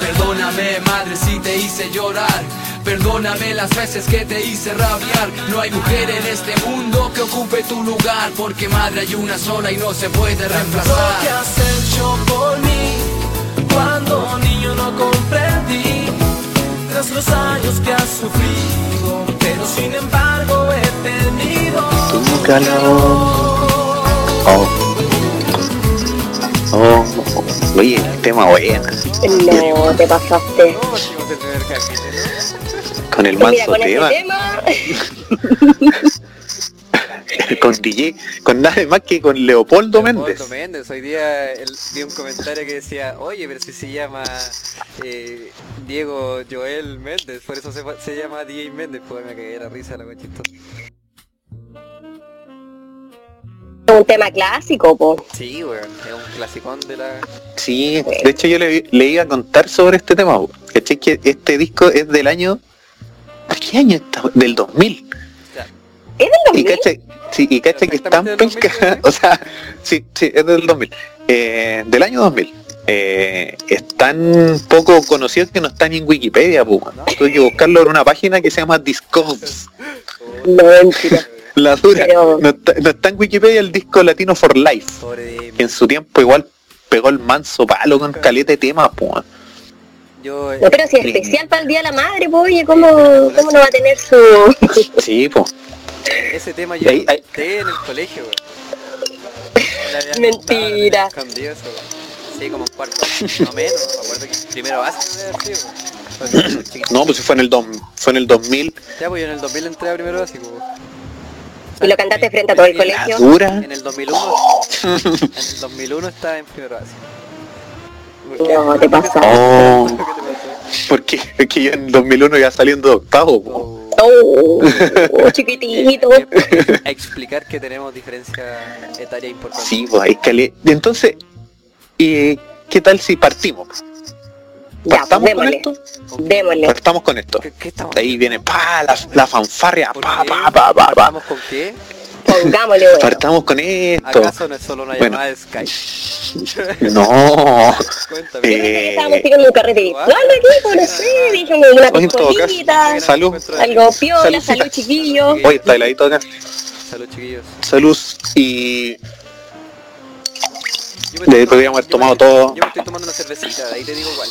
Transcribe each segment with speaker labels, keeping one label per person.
Speaker 1: Perdóname, madre, si te hice llorar. Perdóname las veces que te hice rabiar. No hay mujer en este mundo que ocupe tu lugar. Porque madre hay una sola y no se puede
Speaker 2: Lo que
Speaker 1: reemplazar.
Speaker 2: has hecho por mí cuando niño no comprendí tras los años que has sufrido, pero sin embargo he tenido
Speaker 3: Tu calor. Oh. Oh. Oye, tema buena.
Speaker 4: No, te pasaste.
Speaker 5: Próximo de tener cajete, ¿no?
Speaker 3: Con el
Speaker 4: Mira,
Speaker 3: manso
Speaker 4: con
Speaker 3: tema.
Speaker 4: este tema,
Speaker 3: Con DJ. Con nadie más que con Leopoldo Méndez.
Speaker 5: Leopoldo Méndez. Hoy día él, vi un comentario que decía, oye, pero si se llama eh, Diego Joel Méndez, por eso se, se llama DJ Méndez, pues me cagué la risa la guachito.
Speaker 4: es un tema clásico, po.
Speaker 5: Sí, weón, es un clasicón de la...
Speaker 3: Sí, de hecho yo le, le iba a contar sobre este tema. po. ¿Cachai? Que este disco es del año... ¿Qué año está? Del 2000.
Speaker 4: ¿Es
Speaker 3: Y
Speaker 4: del 2000?
Speaker 3: cacha, sí, y cacha que están
Speaker 5: Perfectamente del
Speaker 3: penca,
Speaker 5: 2000,
Speaker 3: o sea, sí, sí, es del 2000, eh, del año 2000. Eh, están poco conocidos que no están en Wikipedia, pues. Tuve que buscarlo en una página que se llama Discogs,
Speaker 4: No, mentira.
Speaker 3: la dura.
Speaker 4: Pero-
Speaker 3: No está, no está en Wikipedia el disco Latino for Life,
Speaker 5: Pobre de
Speaker 3: que en su tiempo igual pegó el manso palo con caleta de temas, pues.
Speaker 5: Yo, eh,
Speaker 4: No, pero si es especial para el Día de la Madre, po, oye, ¿cómo, cómo no va a tener su...
Speaker 3: Sí, pues.
Speaker 5: ese tema yo
Speaker 3: Ahí-
Speaker 5: lo
Speaker 3: ahí-
Speaker 5: canté en el colegio, weón. No le había contado,
Speaker 4: Mentira.
Speaker 5: no le había escondido eso, weón. Sí, como en cuarto, no menos, me acuerdo que primero básico debe haber sido, weón. Cuando era chiquitito.
Speaker 3: No, pues sí fue en el dos- fue en el 2000,
Speaker 5: Ya, pues yo en el 2000 entré a primero básico, pues. weón.
Speaker 4: Y lo cantaste frente a todo el
Speaker 3: la
Speaker 4: colegio.
Speaker 3: dura.
Speaker 5: En el 2001, en el 2001 estaba en primero básico. ¿Por qué?
Speaker 4: No, te pasaste.
Speaker 3: Oh,
Speaker 5: ¿Qué te pasó?
Speaker 3: porque es que yo en pues. el 2001 ya saliendo de octavo, po.
Speaker 5: Oh.
Speaker 4: Oh, chiquitito. pues,
Speaker 5: A eh, explicar que tenemos diferencia etaria importante.
Speaker 3: Sí, pues es que Entonces, eh, ¿qué tal si partimos?
Speaker 4: Ya, pues
Speaker 3: ¿Partamos con
Speaker 4: démosle.
Speaker 3: esto?
Speaker 4: Démosle.
Speaker 3: Partamos con esto.
Speaker 5: ¿Qué, qué
Speaker 3: De
Speaker 5: estamos
Speaker 3: pues, ahí viene pa, la, la fanfarria,
Speaker 5: ¿Por
Speaker 3: pa,
Speaker 5: qué?
Speaker 3: pa, pa, pa, pa.
Speaker 5: ¿Estamos con qué?
Speaker 4: Pongámosle, bueno.
Speaker 3: Partamos con esto.
Speaker 5: ¿Acaso no es solo una
Speaker 3: Bueno.
Speaker 5: llamada de Skype?
Speaker 3: No.
Speaker 5: Cuéntame.
Speaker 4: Yo pensé que
Speaker 3: Eh,
Speaker 4: estábamos así como un carrete virtual aquí, pues, no sé, dije una
Speaker 3: Oye, pues, en todo caso,
Speaker 4: piscolita,
Speaker 3: salud.
Speaker 4: algo piola,
Speaker 3: Saludcita.
Speaker 4: salud chiquillo.
Speaker 5: Sí.
Speaker 3: Oye, está heladito acá.
Speaker 5: Salud, chiquillos.
Speaker 3: Salud. Y De
Speaker 5: Yo
Speaker 3: ahí
Speaker 5: estoy-
Speaker 3: podríamos haber
Speaker 5: yo me
Speaker 3: tomado
Speaker 5: estoy-
Speaker 3: todo.
Speaker 5: Yo me estoy tomando una cervecita, de ahí te digo igual.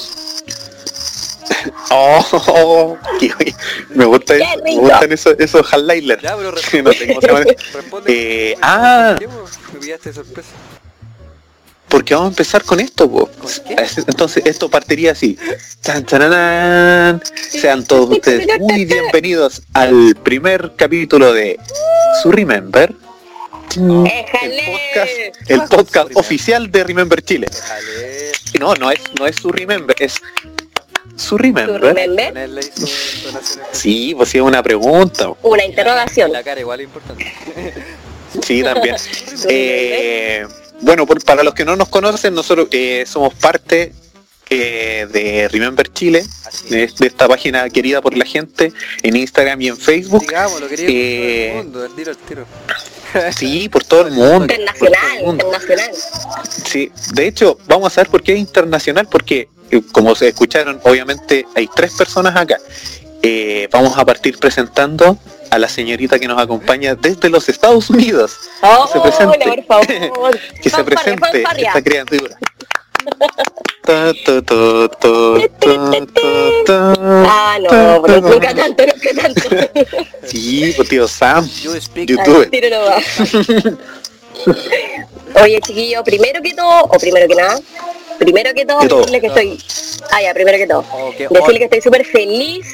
Speaker 3: Oh, oh, qué- me, gusta,
Speaker 4: Qué
Speaker 3: me
Speaker 4: rico.
Speaker 3: gustan esos, esos highlighters.
Speaker 5: Ya, pero
Speaker 3: Que no tengo- se llaman-
Speaker 5: responde.
Speaker 3: Eh, ah.
Speaker 5: Me pillaste de sorpresa.
Speaker 3: Porque vamos a empezar con esto, po.
Speaker 5: ¿Con qué?
Speaker 3: Entonces esto partiría así. Chan, chararán. Sean todos ustedes muy bienvenidos al primer capítulo de Su Remember.
Speaker 5: Eh,
Speaker 4: Éjale.
Speaker 3: El podcast oficial de Remember Chile.
Speaker 5: Déjale.
Speaker 3: Y No, no es, no es Su Remember, es Su
Speaker 4: ¿Tú
Speaker 3: Remember.
Speaker 4: remember?
Speaker 5: Ponerle ahí su entonación especial.
Speaker 3: Sí, pues sí es una pregunta. po.
Speaker 4: Una interrogación.
Speaker 5: La cara igual es importante.
Speaker 3: Sí, también. Eh, bueno, por- para los que no nos conocen, nosotros eh, somos parte eh, de Remember Chile,
Speaker 5: Así
Speaker 3: de, este, de esta página querida por la gente en Instagram y en Facebook.
Speaker 5: Digámoslo, querido.
Speaker 3: Eh.
Speaker 5: todo el mundo, el tiro, el tiro.
Speaker 3: Sí, por todo el mundo. por todo
Speaker 4: Internacional,
Speaker 3: el mundo.
Speaker 4: internacional.
Speaker 3: Sí, de hecho, vamos a saber por qué es internacional, porque eh, como se escucharon, obviamente hay tres personas acá. Eh, vamos a partir presentando a la señorita que nos acompaña desde los Estados Unidos,
Speaker 4: Oh,
Speaker 3: se presente.
Speaker 4: por favor.
Speaker 3: que se
Speaker 4: Fanfarria,
Speaker 3: presente
Speaker 4: fanfarria.
Speaker 3: esta criatura. Ta, ta, ta, ta, ta, ta, ta.
Speaker 4: Ah, no, bro, nunca tanto, nunca tanto.
Speaker 3: Sí, pues, tío Sam.
Speaker 5: You speak.
Speaker 3: You-
Speaker 4: Al
Speaker 3: Tú.
Speaker 4: tiro no va. Oye, chiquillo, primero que todo, o primero que nada, primero que todo,
Speaker 3: Que todo.
Speaker 4: decirle que estoy... Ah, ya, primero que todo.
Speaker 5: Oh, qué
Speaker 4: Decirle que estoy súper feliz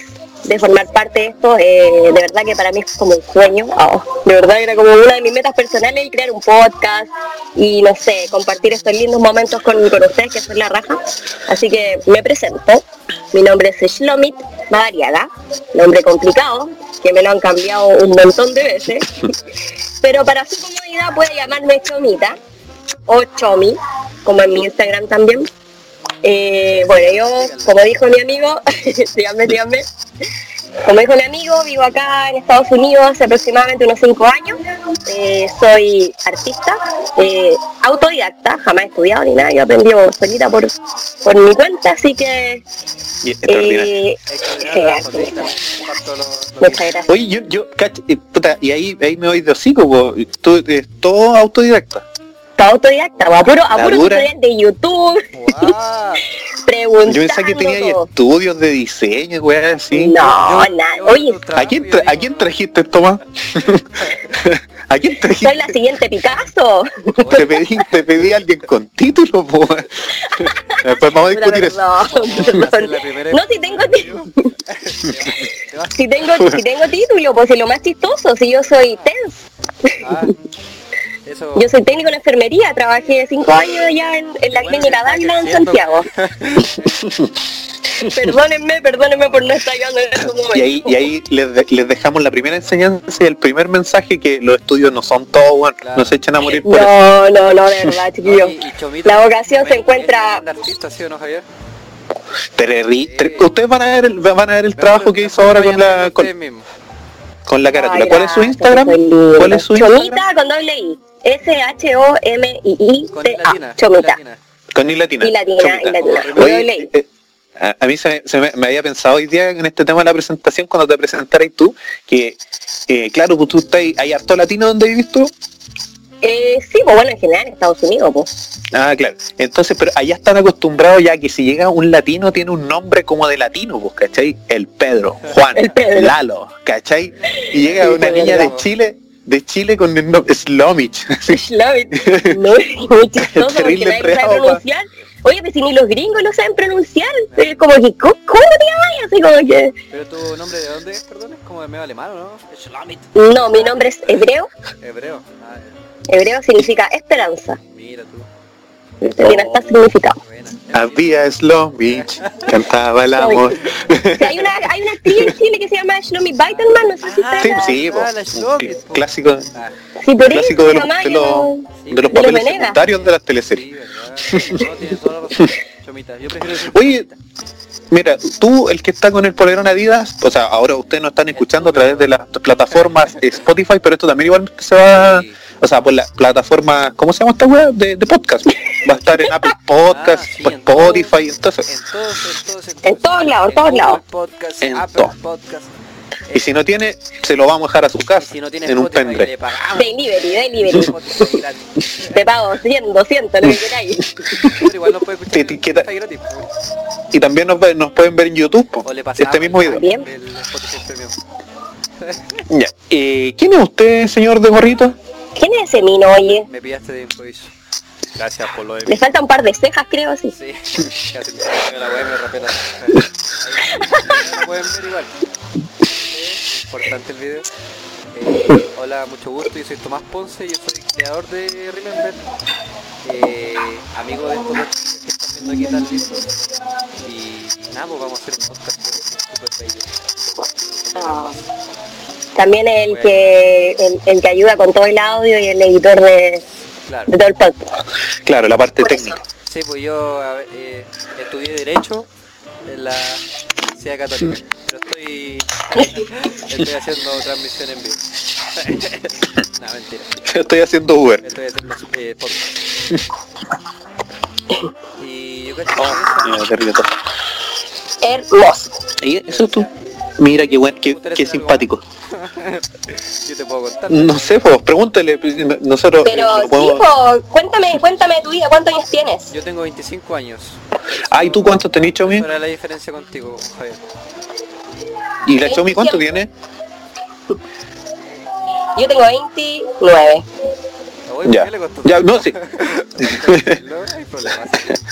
Speaker 4: de formar parte de esto. eh, de verdad que para mí es como un sueño. ah, de verdad era como una de mis metas personales el crear un podcast y no sé, compartir estos lindos momentos con, con ustedes que son la raja. Así que me presento. Mi nombre es Shlomit Madariaga, nombre complicado, que me lo han cambiado un montón de veces. Pero para su comodidad puede llamarme Chomita o Chomi, como en mi Instagram también. Eh, bueno, yo, como dijo mi amigo, díganme, díganme, Como dijo un amigo, vivo acá en Estados Unidos hace aproximadamente unos 5 años. Eh, soy artista, eh, autodidacta, jamás he estudiado ni nada, yo aprendí como solita por, por mi cuenta, así que...
Speaker 3: Y extraordinario.
Speaker 4: eh,
Speaker 5: Extraordinario,
Speaker 4: sí,
Speaker 5: Rafa, sí, comparto lo- lo
Speaker 4: muchas
Speaker 5: mismo.
Speaker 4: gracias.
Speaker 3: Oye, yo, yo, cach- eh, puta, y ahí, ahí me voy de hocico, po. tú eres todo autodidacta.
Speaker 4: Todo autodidacta, po, a puro, a
Speaker 3: La
Speaker 4: puro
Speaker 3: dura.
Speaker 4: tutorial de YouTube,
Speaker 5: Guau.
Speaker 4: preguntando.
Speaker 3: Yo pensaba que tenía ahí
Speaker 4: todo.
Speaker 3: estudios de diseño, weá, así.
Speaker 4: No,
Speaker 5: Yo-
Speaker 4: nada.
Speaker 5: yo
Speaker 4: Oye,
Speaker 5: tu trabajo,
Speaker 3: ¿A quién,
Speaker 5: yo
Speaker 3: tra- ¿A
Speaker 5: digo,
Speaker 3: quién trajiste, Tomás? ¿A quién
Speaker 4: soy
Speaker 3: trajiste?
Speaker 4: la siguiente Picasso.
Speaker 3: Te pedí, te pedí a alguien con título, po. Después vamos a
Speaker 4: Puta,
Speaker 3: discutir eso.
Speaker 4: perdón,
Speaker 5: va a ser
Speaker 4: perdón.
Speaker 5: la primera
Speaker 4: No, si tengo ti-
Speaker 5: Te vas-
Speaker 4: si tengo, si tengo título, pues si lo más chistoso, si yo soy TENS,
Speaker 5: ah, eso-
Speaker 4: yo soy técnico en enfermería, trabajé cinco años ya en, en la
Speaker 5: Bueno,
Speaker 4: clínica
Speaker 5: está
Speaker 4: Dávila en
Speaker 5: creciendo.
Speaker 4: Santiago. perdónenme, perdónenme por no estar ayudando en este estos momentos.
Speaker 3: Y ahí, y ahí les, de- les dejamos la primera enseñanza y el primer mensaje que los estudios no son todo, bueno,
Speaker 5: Claro.
Speaker 3: no se echan a morir por eso.
Speaker 4: No, no, no, de verdad,
Speaker 5: No, y-
Speaker 4: chiquillo.
Speaker 5: y Chomito,
Speaker 4: La vocación
Speaker 5: Chomito,
Speaker 4: se encuentra-
Speaker 5: es un artista, ¿sí o no, Javier?
Speaker 3: Terri- ter- Ustedes van a ver el, van a ver el trabajo que hizo ahora con la
Speaker 5: Ustedes
Speaker 3: con,
Speaker 5: mismos.
Speaker 3: con la carátula.
Speaker 4: Ay,
Speaker 3: ¿Cuál es su
Speaker 4: gracias,
Speaker 3: Instagram?
Speaker 4: qué lindo.
Speaker 3: ¿Cuál es su Instagram?
Speaker 4: Chomita con doble I.
Speaker 5: Con I
Speaker 3: Ah,
Speaker 4: S-H-O-M-I-I-T-A.
Speaker 5: latina.
Speaker 4: Chomita.
Speaker 5: I latina.
Speaker 3: Con I latina.
Speaker 4: Y latina,
Speaker 3: Chomita.
Speaker 4: y latina.
Speaker 5: Chomita.
Speaker 4: Doble
Speaker 3: Oye,
Speaker 4: I.
Speaker 3: eh, a, a mí se, me, se me- me había pensado hoy día en este tema de la presentación, cuando te presentaras tú, que eh, claro, pues tú estás, hay harto latino donde vivís tú.
Speaker 4: Eh, sí, pues bueno, en general en Estados Unidos, pues.
Speaker 3: Ah, claro. Entonces, pero allá están acostumbrados ya que si llega un latino tiene un nombre como de latino, pues, ¿cachai? El Pedro, Juan,
Speaker 4: El Pedro.
Speaker 3: Lalo, ¿cachai? Y llega
Speaker 4: Sí, pues,
Speaker 3: una
Speaker 4: es
Speaker 3: niña de
Speaker 5: verdad.
Speaker 3: Chile, de Chile con el nombre Slomich. así.
Speaker 4: Love it. No, es muy chistoso porque
Speaker 3: Terrible
Speaker 4: nadie sabe
Speaker 3: enredado, pa.
Speaker 4: pronunciar. Oye, pero si ni los gringos no saben pronunciar, es como que, ¿cómo, cómo te llamas? Así como que,
Speaker 5: Pero tu nombre de dónde es, perdón, es como de medio alemán, ¿o ¿no? Schlamit.
Speaker 4: no, mi nombre es hebreo.
Speaker 5: Hebreo. Ah, eh,
Speaker 4: Hebreo significa esperanza.
Speaker 5: mira tú.
Speaker 4: Entonces, Tiene
Speaker 3: Oh.
Speaker 4: hasta significado.
Speaker 5: Buena.
Speaker 3: Había Slomich, cantaba el amor.
Speaker 4: Sí, hay una, hay una actriz en Chile que se llama Shlomi Beitelman, no sé si
Speaker 5: Ah,
Speaker 4: está.
Speaker 3: Sí,
Speaker 5: la-
Speaker 3: sí,
Speaker 5: ah,
Speaker 3: pues,
Speaker 5: la
Speaker 3: un
Speaker 5: Slomich,
Speaker 3: cl-
Speaker 5: pues.
Speaker 3: clásico,
Speaker 5: Ah,
Speaker 4: Sí, por eso,
Speaker 3: clásico de los,
Speaker 4: mamá,
Speaker 3: de
Speaker 4: yo
Speaker 3: los,
Speaker 4: no-
Speaker 3: de
Speaker 5: sí,
Speaker 3: los
Speaker 4: de los
Speaker 3: papeles
Speaker 4: Venegas.
Speaker 3: secundarios de las teleseries.
Speaker 5: Sí, verdad. No, tiene toda la razón. Chomita, yo prefiero decir
Speaker 3: Oye,
Speaker 5: Chomita.
Speaker 3: Mira, tú, el que está con el polerón Adidas, o sea, ahora ustedes nos están escuchando a través de las plataformas Spotify, pero esto también igual se va,
Speaker 5: Sí.
Speaker 3: o sea, por la plataforma, ¿cómo se llama esta weá? De, de podcast. Va a estar en Apple Podcast,
Speaker 5: Ah, sí,
Speaker 3: por
Speaker 5: en todo.
Speaker 3: Spotify, entonces.
Speaker 5: En todos, en todos,
Speaker 4: En todos lados, en todos
Speaker 5: Google
Speaker 4: lados.
Speaker 5: Podcast,
Speaker 3: En
Speaker 5: Apple
Speaker 3: todos.
Speaker 5: Podcast.
Speaker 3: Y si no tiene, se lo vamos a dejar a su
Speaker 5: y
Speaker 3: casa,
Speaker 5: si no tienes
Speaker 3: en un
Speaker 5: Spotify,
Speaker 3: pendrive.
Speaker 5: le pagamos.
Speaker 4: Delivery, delivery.
Speaker 5: Spotify gratis.
Speaker 4: Te pago 100, 200, lo que queráis.
Speaker 5: Pero igual no puede escuchar
Speaker 3: Te
Speaker 5: en
Speaker 3: etiqueta.
Speaker 5: Spotify gratis. pues.
Speaker 3: Y también nos, ve- nos pueden ver en YouTube, po,
Speaker 5: O le pasamos
Speaker 3: este mismo
Speaker 5: el
Speaker 3: video.
Speaker 4: Bien.
Speaker 5: del Spotify Premium.
Speaker 3: Ya. Eh, ¿Quién es usted, señor de gorrito?
Speaker 4: ¿Quién es ese mino, oye?
Speaker 5: Me pillaste de improviso.
Speaker 6: Gracias por lo de
Speaker 4: Le falta un par de cejas, creo, sí.
Speaker 5: Sí, casi me saco la web, me rapé la Lo pueden ver igual. Eh, Importante el video. Eh, hola, mucho gusto, yo soy Tomás Ponce, yo soy creador de Remember, eh, amigo de estos dos que están viendo aquí tan listos. Y nada, pues vamos a hacer un podcast súper bello.
Speaker 4: También el que el, el que ayuda con todo el audio y el editor de,
Speaker 5: Claro.
Speaker 4: de todo el podcast.
Speaker 3: Claro, la parte
Speaker 4: Por eso.
Speaker 3: técnica.
Speaker 5: Sí, pues yo a ver, eh, estudié Derecho en la Universidad Católica, pero estoy, estoy haciendo transmisión en vivo. no, mentira,
Speaker 3: Estoy haciendo Uber.
Speaker 5: estoy haciendo eh, podcast. Y yo creo que con
Speaker 3: Mira,
Speaker 5: eso-
Speaker 3: qué rico todo.
Speaker 4: Hermoso.
Speaker 3: Y eso tú. Mira qué buen, qué,
Speaker 5: ¿Ustedes
Speaker 3: qué
Speaker 5: tienen algo
Speaker 3: simpático.
Speaker 5: yo te puedo contar.
Speaker 3: No sé, pues, pregúntele, pues, nosotros
Speaker 4: Pero,
Speaker 3: eh, podemos-
Speaker 4: hijo, cuéntame, cuéntame de tu vida, ¿cuántos años tienes?
Speaker 5: Yo tengo 25 años.
Speaker 3: Ah, ¿y tú cuánto tenés, Chomi?
Speaker 5: ¿Cuál es la diferencia contigo, Javier?
Speaker 3: ¿Y la Chomi cuánto tiene?
Speaker 4: Yo tengo 29.
Speaker 5: Oye, ¿por
Speaker 3: Ya.
Speaker 5: qué le costó?
Speaker 3: Ya, no, sí.
Speaker 5: No hay problema.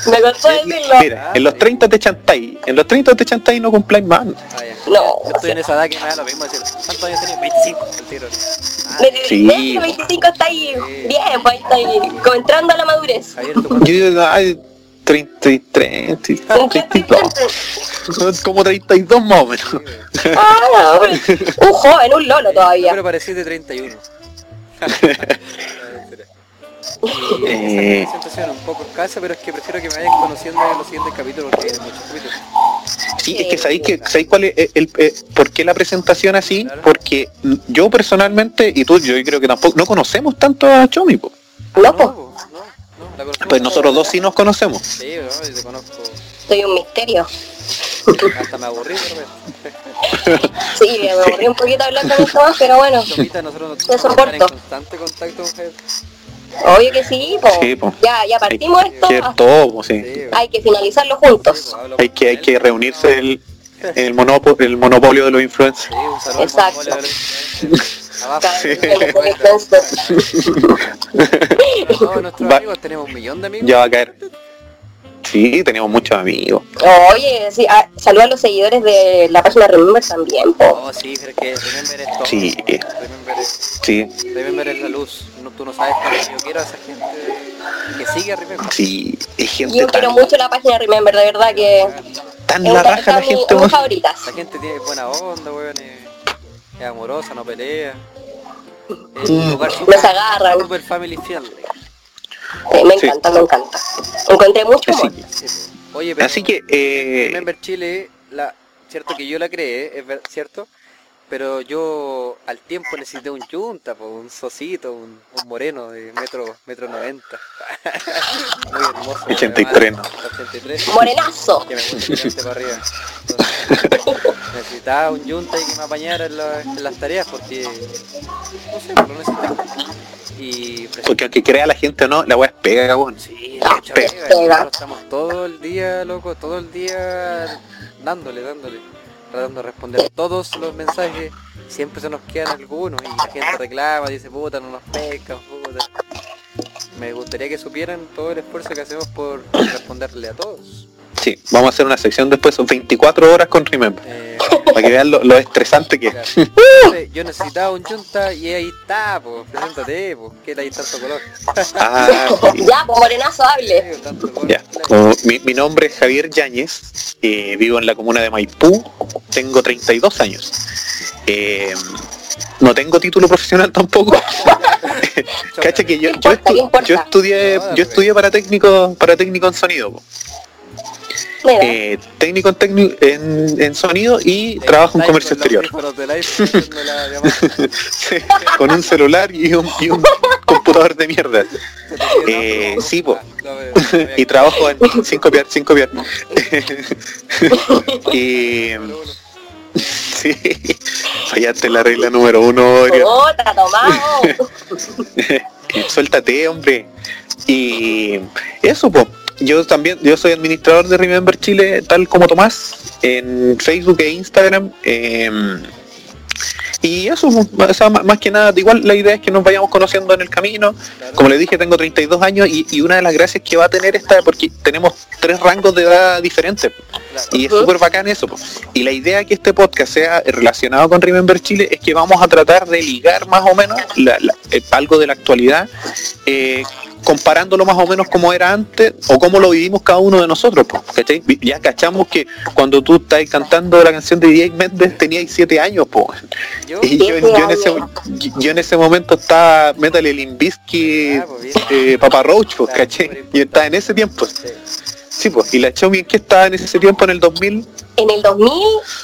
Speaker 4: Me costó decirlo.
Speaker 3: Mira, en los 30 te chantáis. En los 30 te chantáis y no compláis más.
Speaker 5: Ah, ya.
Speaker 4: No,
Speaker 5: Yo estoy en esa edad que me da lo mismo decir, ¿cuántos años tenés? 25, el tiro. Ah,
Speaker 4: Desde
Speaker 3: Sí.
Speaker 4: 25 está ahí bien, pues está ahí, como entrando a la madurez.
Speaker 5: Javier, ¿tú cuántos
Speaker 3: Yo digo, ay, 33, 32. Como 32 más o menos.
Speaker 4: Ah, no, un joven, un lolo
Speaker 5: No,
Speaker 4: todavía.
Speaker 5: pero parecís de 31. Y
Speaker 3: Eh.
Speaker 5: esa presentación un poco escasa, pero es que prefiero que me vayan conociendo en los siguientes capítulos porque hay muchos capítulos.
Speaker 3: Sí, es que sabéis, que, sabéis cuál es el, el- eh, por qué la presentación así, porque yo personalmente, y tú, yo creo que tampoco, no conocemos tanto a Chomi, po.
Speaker 4: No,
Speaker 5: No,
Speaker 4: pues,
Speaker 5: po, no, no, la conozco.
Speaker 3: pues nosotros dos sí nos conocemos.
Speaker 5: Sí, no, yo te conozco.
Speaker 4: soy un misterio.
Speaker 5: Hasta me aburrí, pero
Speaker 4: Sí, me aburrí un poquito hablar con esto más, pero bueno,
Speaker 5: Chomita, nosotros nos
Speaker 4: Te
Speaker 5: tenemos que estar en
Speaker 4: soporto.
Speaker 5: constante contacto, mujer.
Speaker 4: obvio que sí, po.
Speaker 3: Sí, po.
Speaker 4: Ya, ya partimos
Speaker 3: Hay
Speaker 4: esto.
Speaker 3: que ver todo, po, pues, sí.
Speaker 5: Sí,
Speaker 4: Hay que finalizarlo juntos.
Speaker 5: hablo
Speaker 3: Hay que,
Speaker 5: con
Speaker 3: hay
Speaker 5: él.
Speaker 3: que reunirse el, el, monopo- el monopolio de los influencers.
Speaker 5: Sí, un saludo al
Speaker 4: Exacto.
Speaker 5: Monopolio de los- Abajo.
Speaker 4: Cada vez
Speaker 3: Sí.
Speaker 4: que me pone closer.
Speaker 5: Todos nuestros
Speaker 3: Va-
Speaker 5: amigos, tenemos un millón de amigos.
Speaker 3: Ya va a caer. Sí, tenemos muchos amigos.
Speaker 4: Oye, sí, ah, saluda a los seguidores de la página Remember también, po.
Speaker 5: Oh, sí, pero que Remember es todo.
Speaker 3: Sí. eh.
Speaker 5: Remember es,
Speaker 3: Sí,
Speaker 5: Remember es la luz. No, tú no sabes cuánto yo quiero a esa gente que sigue a Remember.
Speaker 3: sí, es gente
Speaker 4: Yo quiero
Speaker 3: tan,
Speaker 4: mucho la página Remember, de verdad que
Speaker 3: tan
Speaker 4: es
Speaker 3: la
Speaker 4: una
Speaker 3: raja la
Speaker 4: de mis-
Speaker 3: gente.
Speaker 4: mis
Speaker 3: weón.
Speaker 4: favoritas.
Speaker 5: La gente tiene buena onda, weón. Es, es amorosa, no pelea. Es
Speaker 3: Mm.
Speaker 5: un lugar
Speaker 4: Nos agarran.
Speaker 5: Super family friendly.
Speaker 4: Eh, me
Speaker 3: Sí.
Speaker 4: encanta, me encanta. Encontré mucho
Speaker 3: Así
Speaker 4: amor.
Speaker 3: que,
Speaker 5: Sí, po. Oye, pero
Speaker 3: Pues así que eh,
Speaker 5: Remember Chile, la, cierto que yo la creé, es ver- cierto, pero yo al tiempo necesité un yunta, po, un socito, un, un moreno de metro, metro 90. Muy hermoso.
Speaker 3: 83,
Speaker 5: además, 83.
Speaker 4: Morenazo.
Speaker 5: Que me gusta que me esté para arriba. Entonces, necesitaba un yunta y que me apañara en, la- en las tareas porque no sé, lo necesitaba. Y
Speaker 3: porque aunque crea la gente o no, la weá es pega, weón.
Speaker 5: Sí,
Speaker 3: Ah,
Speaker 5: mucha
Speaker 3: pero-
Speaker 5: pega, nosotros estamos todo el día, loco, todo el día dándole, dándole, tratando de responder todos los mensajes, siempre se nos quedan algunos y la gente reclama, dice, puta, no nos pescan, puta. Me gustaría que supieran todo el esfuerzo que hacemos por responderle a todos.
Speaker 3: Sí, vamos a hacer una sección después, son 24 horas con Remember,
Speaker 5: Eh,
Speaker 3: para que vean lo, lo estresante que
Speaker 5: claro.
Speaker 3: es.
Speaker 5: Entonces, yo necesitaba un junta y ahí está, pues, preséntate, pues, que ahí tanto color.
Speaker 3: Ah, sí.
Speaker 4: Ya, pues Morenazo hable.
Speaker 5: Tanto color.
Speaker 3: Ya, como mi, mi nombre es Javier Yáñez, eh, vivo en la comuna de Maipú, tengo 32 años. Eh, no tengo título profesional tampoco. Cacha que yo, yo,
Speaker 4: importa,
Speaker 3: estu-
Speaker 4: ¿qué importa?
Speaker 3: yo estudié, yo estudié para técnico, para técnico en sonido. po.
Speaker 4: Mira,
Speaker 3: Eh, técnico en, técnico en, en sonido y trabajo en comercio exterior.
Speaker 5: Con los audífonos del iPhone, haciendo la llamada.
Speaker 3: Sí, con un celular y un, y un computador de mierda. Eh, sí, po. Y trabajo en sin copiar, sin copiar. y sí, fallaste la regla número uno, Oreo.
Speaker 4: otra, tomado.
Speaker 3: Suéltate, hombre. Y eso, pues. Yo también, yo soy administrador de Remember Chile, tal como Tomás, en Facebook e Instagram. em, y eso, po, o sea, ma- más que nada, igual la idea es que nos vayamos conociendo en el camino. Como les dije, tengo 32 años y, y una de las gracias que va a tener esta, porque tenemos tres rangos de edad diferentes. Y es
Speaker 4: Ujú.
Speaker 3: súper bacán eso. po. Y la idea que este podcast sea relacionado con Remember Chile es que vamos a tratar de ligar más o menos la- la- eh, algo de la actualidad, eh, comparándolo más o menos como era antes o cómo lo vivimos cada uno de nosotros. po, ¿cachai? Vi- Ya cachamos que cuando tú estás cantando la canción de Diego Méndez tenías 7 años. Po.
Speaker 5: Yo,
Speaker 3: Y yo, yo en ese, yo en ese momento estaba Metal y Limbisky,
Speaker 5: Ah, pues bien.
Speaker 3: eh, Papa Roach, po, ¿cachai? Yo estaba en ese tiempo. Sí, pues, y la Xiaomi en que estaba en ese tiempo, en el 2000,
Speaker 4: En el 2000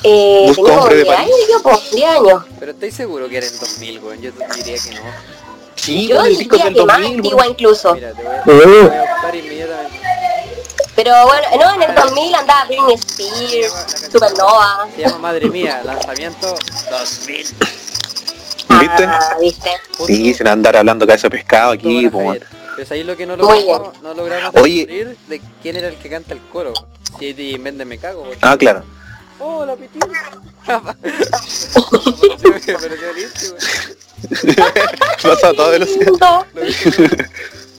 Speaker 4: eh,
Speaker 3: Busco
Speaker 4: tenía como
Speaker 3: hombre de
Speaker 4: 10
Speaker 3: París.
Speaker 4: años, yo, pues, 10 años.
Speaker 5: pero estoy seguro que era en 2000, weón. Yo diría que no.
Speaker 3: Sí,
Speaker 4: Yo
Speaker 3: con el disco
Speaker 4: diría
Speaker 3: del
Speaker 4: que más
Speaker 3: 2000,
Speaker 4: antigua
Speaker 3: weón.
Speaker 4: incluso.
Speaker 5: Mira, te voy a, te voy a buscar inmediatamente.
Speaker 4: Pero bueno, no, en el 2000 andaba Britney Spears, Supernova.
Speaker 5: Se llama Madre Mía, lanzamiento 2000.
Speaker 3: ¿Viste?
Speaker 4: Ah, ¿viste?
Speaker 3: Sí, se van a andar hablando cabeza de pescado aquí, po, weón.
Speaker 5: Pues ahí lo que no
Speaker 4: Muy
Speaker 5: logramos, no logramos
Speaker 3: Oye.
Speaker 5: descubrir de quién era el que canta el coro. Si Eddie Méndez me cago, weón.
Speaker 3: Ah, claro.
Speaker 5: ¡Oh, la pitilla! Pero qué lindo, weón.
Speaker 3: Pasa a toda velocidad.
Speaker 4: Lindo.
Speaker 5: Lo viste, weón.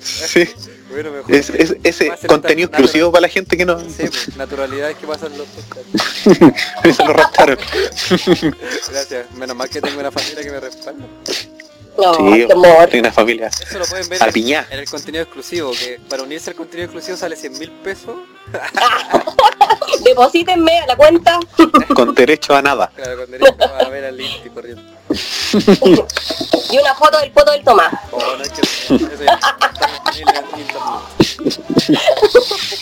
Speaker 3: Sí,
Speaker 5: Bueno, mejor.
Speaker 3: es, es- ese
Speaker 5: Más
Speaker 3: contenido
Speaker 5: natural.
Speaker 3: exclusivo para la gente que no
Speaker 5: Sí, pues, naturalidad es que pasan los podcasts.
Speaker 3: se lo raptaron.
Speaker 5: Gracias, menos mal que tengo una familia que me respalda.
Speaker 4: No,
Speaker 3: Sí,
Speaker 4: qué amor.
Speaker 3: tiene una familia.
Speaker 5: Eso lo pueden ver
Speaker 3: Al
Speaker 5: en,
Speaker 3: piñá.
Speaker 5: en el contenido exclusivo, que para unirse al contenido exclusivo sale 100 mil pesos.
Speaker 4: Deposítenme a la cuenta.
Speaker 3: Con derecho a nada.
Speaker 5: Claro, con derecho a ver al Inti corriendo.
Speaker 4: Y una foto del foto del Tomás.
Speaker 5: Oh, no es que eso ya está disponible en internet.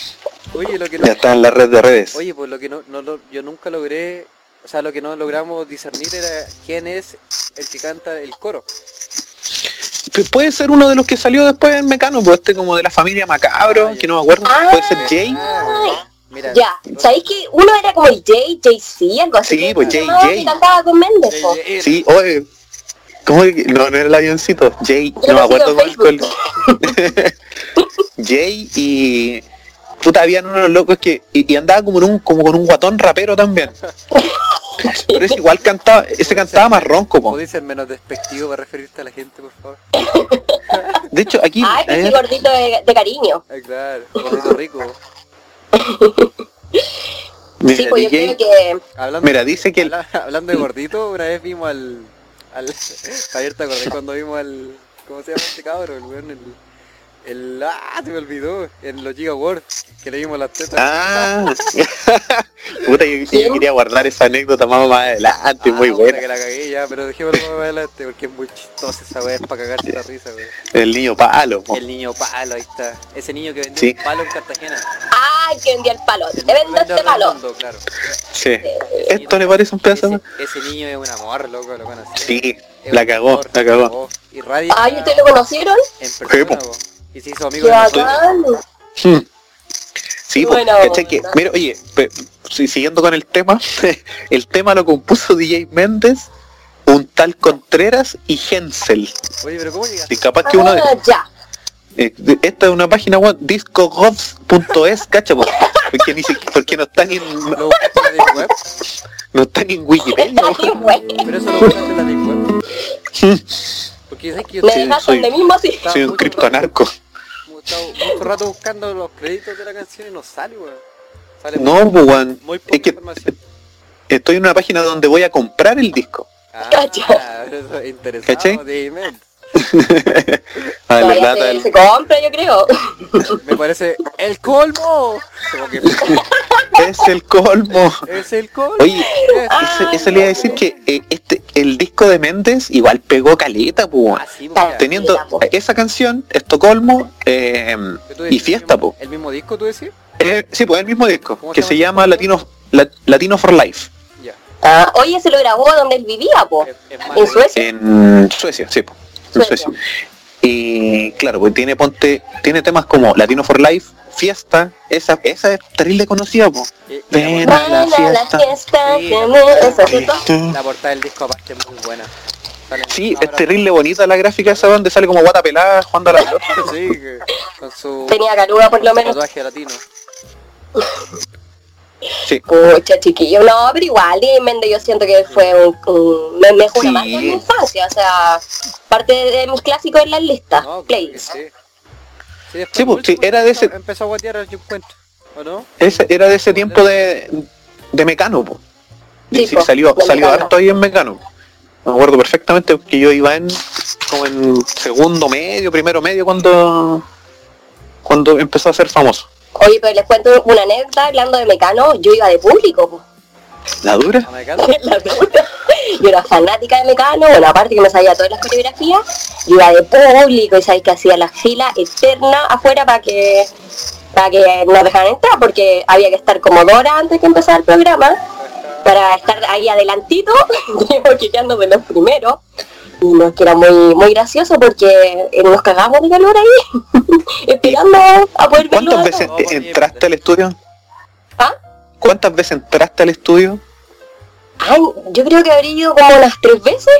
Speaker 5: Oye, lo lo que no-
Speaker 3: Ya está en la red de redes.
Speaker 5: Oye, pues lo que no, no lo- yo nunca logré, o sea, lo que no logramos discernir era quién es el que canta el coro.
Speaker 3: P- Puede ser uno de los que salió después en Mecano, pues este como de la familia Macabro,
Speaker 5: Ah, ya.
Speaker 3: que no me acuerdo.
Speaker 4: Ah,
Speaker 3: Puede ser Jay.
Speaker 5: Ah, mira,
Speaker 4: Ya, ¿sabéis que uno era como el Jay, JC, algo así?
Speaker 3: Sí, pues,
Speaker 4: Se
Speaker 3: Jay,
Speaker 4: llamaba
Speaker 3: Jay.
Speaker 4: Que cantaba con Méndez, po.
Speaker 5: Eh, eh,
Speaker 3: Sí, oye. ¿Cómo que- No, no era el avioncito. Jay,
Speaker 4: Yo
Speaker 3: no me
Speaker 4: lo
Speaker 3: acuerdo
Speaker 4: sigo en
Speaker 3: cuál. cuál- Jay y. Puta, habían unos locos que. Y, y andaba como, en un, como con un guatón rapero también. Pero ese igual cantaba, ese este cantaba más ronco, po.
Speaker 5: ¿Podéis ser menos despectivo para referirte a la gente, por favor?
Speaker 3: De hecho, aquí. eh, a
Speaker 4: Ay, Ah, que ese
Speaker 3: ver,
Speaker 4: gordito de, de cariño.
Speaker 5: Ah, claro, gordito rico.
Speaker 3: mira,
Speaker 4: Sí, pues yo
Speaker 3: DJ
Speaker 4: creo que...
Speaker 5: Hablando,
Speaker 3: Mira, dice que el-
Speaker 5: habla- hablando de gordito, una vez vimos al... al Javier, ¿te acordás cuando vimos al... ¿Cómo se llama este cabro? El weón, el... el- ah, se me olvidó. En los Giga World, que le vimos las tetas.
Speaker 3: Ah, puta, yo, yo quería guardar esa anécdota más, más adelante, muy
Speaker 5: Ah, puta,
Speaker 3: buena.
Speaker 5: que la cagué ya, pero dejémoslo más adelante porque es muy chistosa esa weá, es para cagarse la risa, weón.
Speaker 3: El niño palo, po.
Speaker 5: El niño palo, ahí está. Ese niño que vendió
Speaker 3: Oh. Sí.
Speaker 5: un palo en Cartagena.
Speaker 4: Ay, que vendía el palo. Te vendo
Speaker 5: Vende
Speaker 4: este palo.
Speaker 5: redondo, claro.
Speaker 3: Sí. ¿Esto le parece un pedazo?
Speaker 5: Ese,
Speaker 3: más?
Speaker 5: ese niño es un amor, loco, lo conocí.
Speaker 3: Sí,
Speaker 5: Es
Speaker 3: la
Speaker 5: un
Speaker 3: cagó,
Speaker 5: amor,
Speaker 3: la cagó.
Speaker 5: Y radio
Speaker 4: Ay, ¿ustedes lo conocieron?
Speaker 5: en
Speaker 3: Sí, po.
Speaker 5: persona, po. Y se hizo amigo
Speaker 4: ¡Qué
Speaker 5: de nosotros.
Speaker 4: bacán!
Speaker 3: Hmm. Sí,
Speaker 4: Qué
Speaker 3: po,
Speaker 4: buena
Speaker 3: ¿cachai que-
Speaker 4: onda.
Speaker 3: mira, oye, pe- si- siguiendo con el tema, el tema lo compuso DJ Méndez, un tal Contreras y Hensel.
Speaker 5: Oye, pero ¿cómo llegaste?
Speaker 3: Y capaz que uno de...
Speaker 4: Ah, ya.
Speaker 3: Eh, de- esta es una página web, discogods.es, cacha, po, porque, ni siquiera- porque no está ni en, no,
Speaker 5: ¿Lo buscaste en la deep web?
Speaker 3: está ni en Wikipedia. po.
Speaker 4: Ay, güey.
Speaker 5: Pero eso lo buscaste en la deep web. Porque sabes que yo
Speaker 4: Me
Speaker 5: estaba-
Speaker 4: dejaste
Speaker 3: soy-
Speaker 4: donde mismo así.
Speaker 3: Soy un criptonarco.
Speaker 5: estaba mucho rato buscando los créditos de la canción y no sale, weón. Sale
Speaker 3: No, po, weón.
Speaker 5: muy poca
Speaker 3: Es que
Speaker 5: información.
Speaker 3: estoy en una página donde voy a comprar el disco.
Speaker 5: Ah,
Speaker 4: Cacha.
Speaker 5: eso es interesado,
Speaker 3: ¿Cachai?
Speaker 5: dime.
Speaker 3: Ah, la
Speaker 4: Todavía
Speaker 3: lata
Speaker 4: se,
Speaker 3: del-
Speaker 4: se compra, yo creo.
Speaker 5: Me parece el colmo. Como que
Speaker 3: Es el colmo.
Speaker 5: es el colmo.
Speaker 3: Oye,
Speaker 5: Es-
Speaker 4: Ah.
Speaker 3: eso, eso le iba a decir que eh, este, el disco de Méndez igual pegó caleta, po, weón.
Speaker 5: Ah, sí, pues, mira,
Speaker 3: Teniendo
Speaker 4: Caleta, po.
Speaker 3: esa canción, Estocolmo eh,
Speaker 5: que tú
Speaker 3: y
Speaker 5: decís,
Speaker 3: Fiesta,
Speaker 5: el mismo-
Speaker 3: po.
Speaker 5: El mismo disco tú decís?
Speaker 3: Eh, sí, pues el mismo disco,
Speaker 5: ¿Cómo
Speaker 3: que
Speaker 5: se
Speaker 3: se
Speaker 5: llama?
Speaker 3: llama Latino, La- Latino for Life,
Speaker 5: Ya.
Speaker 4: Ah, oye, se lo grabó donde él vivía, po.
Speaker 5: Es, es más,
Speaker 4: En Suecia.
Speaker 3: en Suecia, sí, po, en
Speaker 4: Suecia.
Speaker 3: Suecia. Y claro, pues tiene ponte, tiene temas como Latino for Life, Fiesta, esa, esa es terrible conocida, po.
Speaker 5: eh, y
Speaker 3: Ven
Speaker 5: la,
Speaker 3: a
Speaker 4: Buena
Speaker 3: la
Speaker 4: la
Speaker 3: fiesta.
Speaker 4: fiesta,
Speaker 5: Sí.
Speaker 4: que me- eso, ¿cierto?
Speaker 5: portada- la portada del disco aparte es muy buena. Salen
Speaker 3: Sí, es
Speaker 5: cabras-
Speaker 3: terrible bonita la gráfica esa donde sale como guata pelada jugando a la pelota.
Speaker 5: Sí, que- con su
Speaker 4: Tenía caruga por lo menos.
Speaker 5: tatuaje latino.
Speaker 3: Sí.
Speaker 4: Pucha, chiquillo. No, pero igual, y Méndez yo siento que fue un, un- me, me fue una
Speaker 3: Sí.
Speaker 4: marca en mi infancia. O sea, parte de mis clásicos en las listas.
Speaker 5: No, claro que
Speaker 4: playlist.
Speaker 5: sí. Sí, después
Speaker 3: Sí, pues, sí,
Speaker 5: último
Speaker 3: era de ese-
Speaker 5: Empezó a guatear al 50, ¿o no?
Speaker 3: Ese, era de ese tiempo de, de Mecano, po.
Speaker 4: Sí,
Speaker 3: Sí,
Speaker 4: po,
Speaker 3: salió,
Speaker 4: de
Speaker 3: salió
Speaker 4: Mecano.
Speaker 3: harto ahí en Mecano. Me acuerdo perfectamente porque yo iba en como en segundo medio, primero medio cuando cuando empezó a ser famoso.
Speaker 4: Oye, pero les cuento una anécdota hablando de Mecano. Yo iba de público, po.
Speaker 3: La dura,
Speaker 5: Americano.
Speaker 4: La dura. Yo era fanática de Mecano, bueno, aparte que me sabía todas las coreografías, yo iba de público y sabéis que hacía la fila eterna afuera para que para que nos dejaran entrar, porque había que estar como dos horas antes que empezara el programa, para estar ahí adelantito, porque quedando de los primeros. Y no, que era muy, muy gracioso porque eh, nos cagamos de calor ahí, esperando a poder verlo.
Speaker 3: ¿cuántas veces
Speaker 5: no,
Speaker 3: te-
Speaker 5: no,
Speaker 3: entraste al estudio?
Speaker 4: ¿Ah?
Speaker 3: ¿Cuántas veces entraste al estudio?
Speaker 4: Ay, yo creo que habría ido como unas tres veces.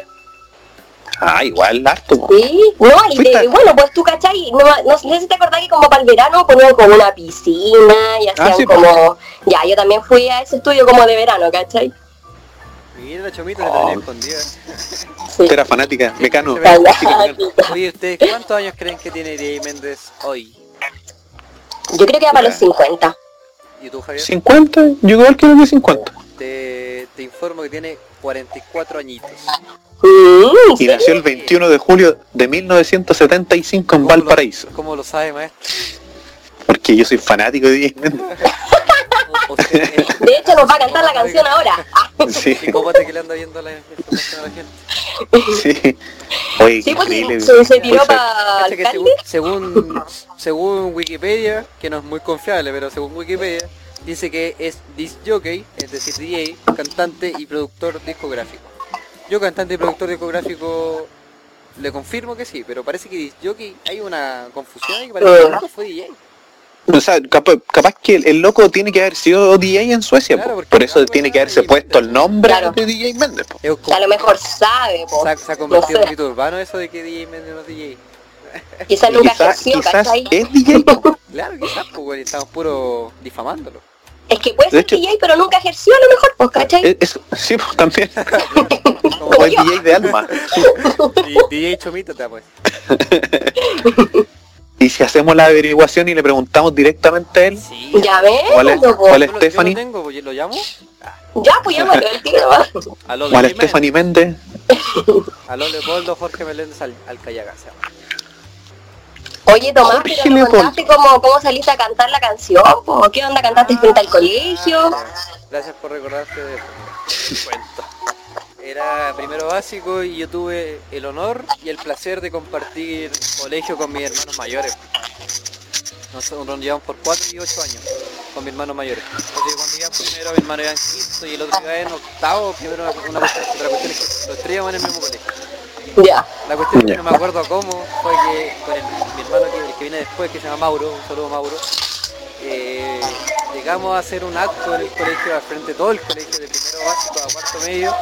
Speaker 3: Ah, igual harto. po.
Speaker 4: Sí, no, y
Speaker 3: Fuiste-
Speaker 4: de- bueno, pues tú, ¿cachai? No, no sé si te acordás que como para el verano ponían como una piscina y hacían
Speaker 3: sí, pues.
Speaker 4: como... Ya, yo también fui a ese estudio como de verano, ¿cachai?
Speaker 5: Mira la chomita se la tenía escondida.
Speaker 4: Sí.
Speaker 3: Tú eras fanática, Mecano.
Speaker 5: Pero-
Speaker 4: Fanática.
Speaker 5: Oye, ¿ustedes cuántos años creen que tiene Jay Méndez hoy?
Speaker 4: Yo creo que era para los 50.
Speaker 5: ¿Y tú, Javier?
Speaker 3: 50, yo igual creo que 50.
Speaker 5: Te, te informo que tiene 44 añitos.
Speaker 4: Mm,
Speaker 3: Y
Speaker 4: sí.
Speaker 3: nació el 21 de julio de 1975 en
Speaker 5: ¿Cómo lo-
Speaker 3: Valparaíso.
Speaker 5: ¿Cómo lo sabe, maestro?
Speaker 3: Porque yo soy fanático de Diez Méndez.
Speaker 5: Usted es el
Speaker 4: De hecho, nos va a cantar la canción ahora. Ah,
Speaker 3: Sí,
Speaker 5: psicópata que le anda viendo la información a la gente.
Speaker 3: sí. Oye,
Speaker 4: Sí, pues
Speaker 3: increíble.
Speaker 4: se, se- se tiró
Speaker 3: Pulsar.
Speaker 4: para
Speaker 5: Cacha que
Speaker 4: alcalde.
Speaker 5: según, según, según Wikipedia, que no es muy confiable, pero según Wikipedia, dice que es disc jockey, es decir, DJ, cantante y productor discográfico. Yo cantante y productor discográfico le confirmo que sí, pero parece que disc jockey hay una confusión y parece que
Speaker 4: Eh.
Speaker 5: nunca fue DJ.
Speaker 3: O sea, capaz, capaz que el, el loco tiene que haber sido DJ en Suecia,
Speaker 5: Claro,
Speaker 3: po.
Speaker 5: porque
Speaker 3: por eso
Speaker 5: claro,
Speaker 3: tiene que
Speaker 5: era
Speaker 3: haberse
Speaker 5: DJ
Speaker 3: puesto el
Speaker 5: Mendes.
Speaker 3: nombre
Speaker 4: Claro.
Speaker 3: de DJ Mendes. po.
Speaker 5: Es
Speaker 4: A lo mejor sabe, po.
Speaker 5: se, ha, se ha convertido
Speaker 4: No
Speaker 5: en
Speaker 4: sé.
Speaker 5: un mito urbano eso de que DJ Mendes no es DJ.
Speaker 4: Quizás nunca
Speaker 3: Quizás,
Speaker 4: ejerció,
Speaker 3: quizás
Speaker 4: ¿cachai?
Speaker 3: es DJ. po.
Speaker 5: Claro, quizás, pues, güey, estamos puro difamándolo.
Speaker 4: Es que puede
Speaker 3: De
Speaker 4: ser
Speaker 3: hecho-
Speaker 4: DJ, pero nunca ejerció a lo mejor, pues, ¿cachai?
Speaker 3: Es- es- sí, pues también.
Speaker 5: Como
Speaker 3: O es DJ de alma.
Speaker 5: DJ Chomito te pues.
Speaker 3: Y si hacemos la averiguación y le preguntamos directamente a él,
Speaker 5: Sí.
Speaker 4: Ya ves,
Speaker 3: ¿Cuál es?
Speaker 4: po.
Speaker 3: ¿Cuál es?
Speaker 5: Yo lo-
Speaker 3: Stephanie.
Speaker 5: Yo lo tengo, pues, ¿lo llamo?
Speaker 4: Ya, pues llámalo el tiro.
Speaker 5: A
Speaker 3: o a la Stephanie Méndez,
Speaker 5: A lo Leopoldo Jorge Meléndez al, Alcayaga se llama.
Speaker 4: Oye, Tomás,
Speaker 3: Jorge
Speaker 4: pero no
Speaker 3: Leopoldo.
Speaker 4: contaste cómo, cómo saliste a cantar la canción, po. ¿Qué onda
Speaker 5: Ah.
Speaker 4: cantaste frente al colegio?
Speaker 5: Gracias por recordarte de eso. Te Cuento. Era primero básico y yo tuve el honor y el placer de compartir colegio con mis hermanos mayores. Nosotros nos llevamos por 4 y 8 años con mis hermanos mayores. Entonces, cuando iba primero, mi hermano iba en quinto y el otro iba en octavo, primero una, una cuestión, otra cuestión es que los tres íbamos en el mismo colegio.
Speaker 4: Ya.
Speaker 5: La cuestión es que
Speaker 3: Ya.
Speaker 5: no me acuerdo cómo fue que con el- mi hermano que, el que viene después, que se llama Mauro, un saludo Mauro, eh, llegamos a hacer un acto en el colegio, al frente de todo el colegio, de primero básico a cuarto medio,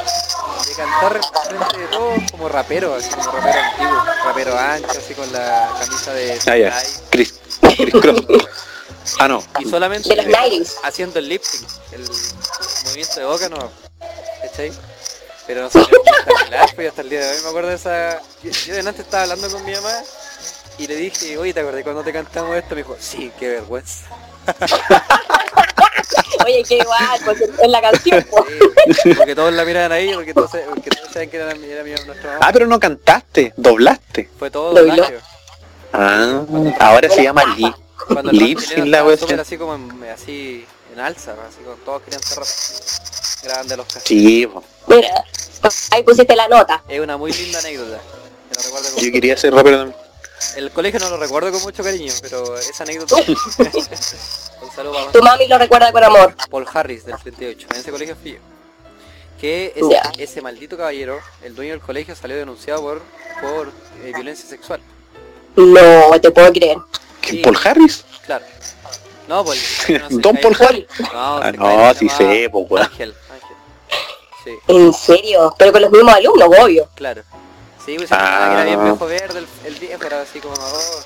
Speaker 5: de cantar al frente de todos como rapero, así como rapero antiguo, rapero ancho, así con la camisa de...
Speaker 3: Ah, ya.
Speaker 5: Ay,
Speaker 3: Chris, Chris Cross. Ah, no.
Speaker 5: y solamente
Speaker 4: De los 90s.
Speaker 5: haciendo el lip sync, el movimiento de boca no, ¿cachai? Pero no salió espectacular, pues hasta el día de hoy me acuerdo de esa. Yo, yo de antes estaba hablando con mi mamá y le dije, oye, ¿te acordás cuando te cantamos esto? Me dijo, sí, qué vergüenza.
Speaker 4: Oye, qué igual, pues en la canción, po.
Speaker 5: Sí, porque todos la miraban ahí, porque todos, se- porque todos saben que era, mi- era mi nuestra
Speaker 3: Ah,
Speaker 5: mamá.
Speaker 3: pero no cantaste, doblaste.
Speaker 5: Fue todo
Speaker 4: Lo vi, lo-
Speaker 5: doblaje.
Speaker 3: Ah, ahora se llama Lee.
Speaker 5: Cuando el
Speaker 3: Lip
Speaker 5: rap
Speaker 3: sin
Speaker 5: chileno
Speaker 3: la
Speaker 5: estaba súper
Speaker 3: cuestión.
Speaker 5: así como en, así en alza, ¿no? así como todos querían ser rap. Graban de los casos.
Speaker 3: Sí, po.
Speaker 4: Mira, ahí pusiste la nota.
Speaker 5: Es una muy linda anécdota. Que no recuerdo cómo-
Speaker 3: yo quería ser rapero también.
Speaker 5: El colegio no lo recuerdo con mucho cariño, pero esa anécdota. Un saludo
Speaker 4: Tu mami lo recuerda con amor.
Speaker 5: a Paul Harris del 38. En ese colegio fui yo. Que ese,
Speaker 4: Ya.
Speaker 5: ese maldito caballero, el dueño del colegio, salió denunciado por, por eh, violencia sexual.
Speaker 4: No, te puedo creer.
Speaker 3: ¿Quién, ¿Paul Harris?
Speaker 5: Claro. No, Paul. no sé,
Speaker 3: Don Paul
Speaker 5: caballero.
Speaker 3: Harris.
Speaker 5: No,
Speaker 3: Ah,
Speaker 5: ese
Speaker 3: no,
Speaker 5: caballero se
Speaker 3: sí
Speaker 5: llamaba
Speaker 3: sé, po, weón.
Speaker 5: Ángel, Ángel. Sí,
Speaker 4: ¿En serio? Pero con los mismos alumnos, obvio.
Speaker 5: claro. Sí, pues se llamaba que era bien
Speaker 3: Ah.
Speaker 5: viejo verde, el, el viejo era así como. oh,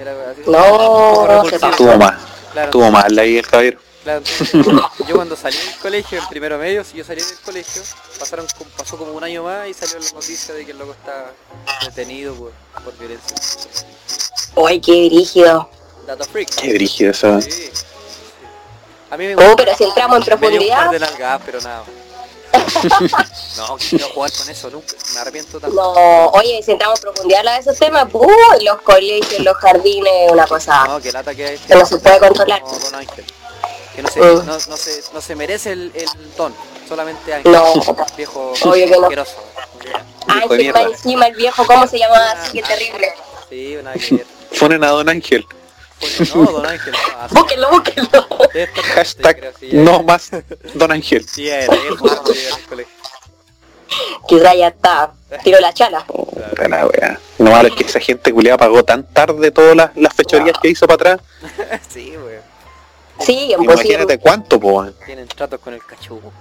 Speaker 5: era así.
Speaker 4: No,
Speaker 5: un poco
Speaker 4: se
Speaker 5: repulsivo.
Speaker 4: pasó.
Speaker 3: Tuvo más,
Speaker 5: Claro.
Speaker 3: tuvo más la ahí el caballero.
Speaker 5: Claro, entonces, yo cuando salí del colegio, en primero medio, si yo salí del colegio, pasaron, co- pasó como un año más y salió la noticia de que el loco está detenido por, por violencia.
Speaker 4: Ay, qué brígido.
Speaker 5: Data freak.
Speaker 3: Qué brígido eso.
Speaker 5: Sí, sí. A mí me
Speaker 4: Oh,
Speaker 5: gusta.
Speaker 4: pero si entramos en
Speaker 5: Me dio un par
Speaker 4: profundidad.
Speaker 5: de nalgadas, pero nada. No, quiero jugar con eso nunca. Me arrepiento tanto.
Speaker 4: No, oye, si entramos en profundidad la de esos temas, ¡puh! los colegios, los jardines, una cosa.
Speaker 5: No, que lata que hay
Speaker 4: Que no se puede controlar.
Speaker 5: como con Ángel. Que no se,
Speaker 4: Mm.
Speaker 5: no, no se, no se merece el, el don. Solamente Ángel.
Speaker 4: No,
Speaker 5: Viejo
Speaker 4: Obvio que no.
Speaker 5: asqueroso.
Speaker 4: Ay,
Speaker 3: Hijo de
Speaker 4: encima,
Speaker 3: mierda.
Speaker 4: encima el viejo, ¿cómo se llamaba así? Qué terrible.
Speaker 5: Sí, una vez que...
Speaker 3: Ponen a Don Ángel.
Speaker 5: Pues no, don Ángel, no, así-
Speaker 4: Búsquenlo, búsquenlo.
Speaker 5: de esta parte, creo
Speaker 3: Hashtag
Speaker 5: que ya-
Speaker 3: no más Don Ángel.
Speaker 5: Sí, eh, ya era, ya era más de llegar al colegio.
Speaker 4: Quizá ya está. Tiró la chala.
Speaker 3: Puta la wea. No malo es que esa gente culiada pagó tan tarde todas las, las fechorías que hizo para atrás.
Speaker 5: Sí, güey.
Speaker 4: Siguen, pues siguen.
Speaker 3: Imagínate cuánto, po. weón.
Speaker 5: Tienen tratos con el cachugo.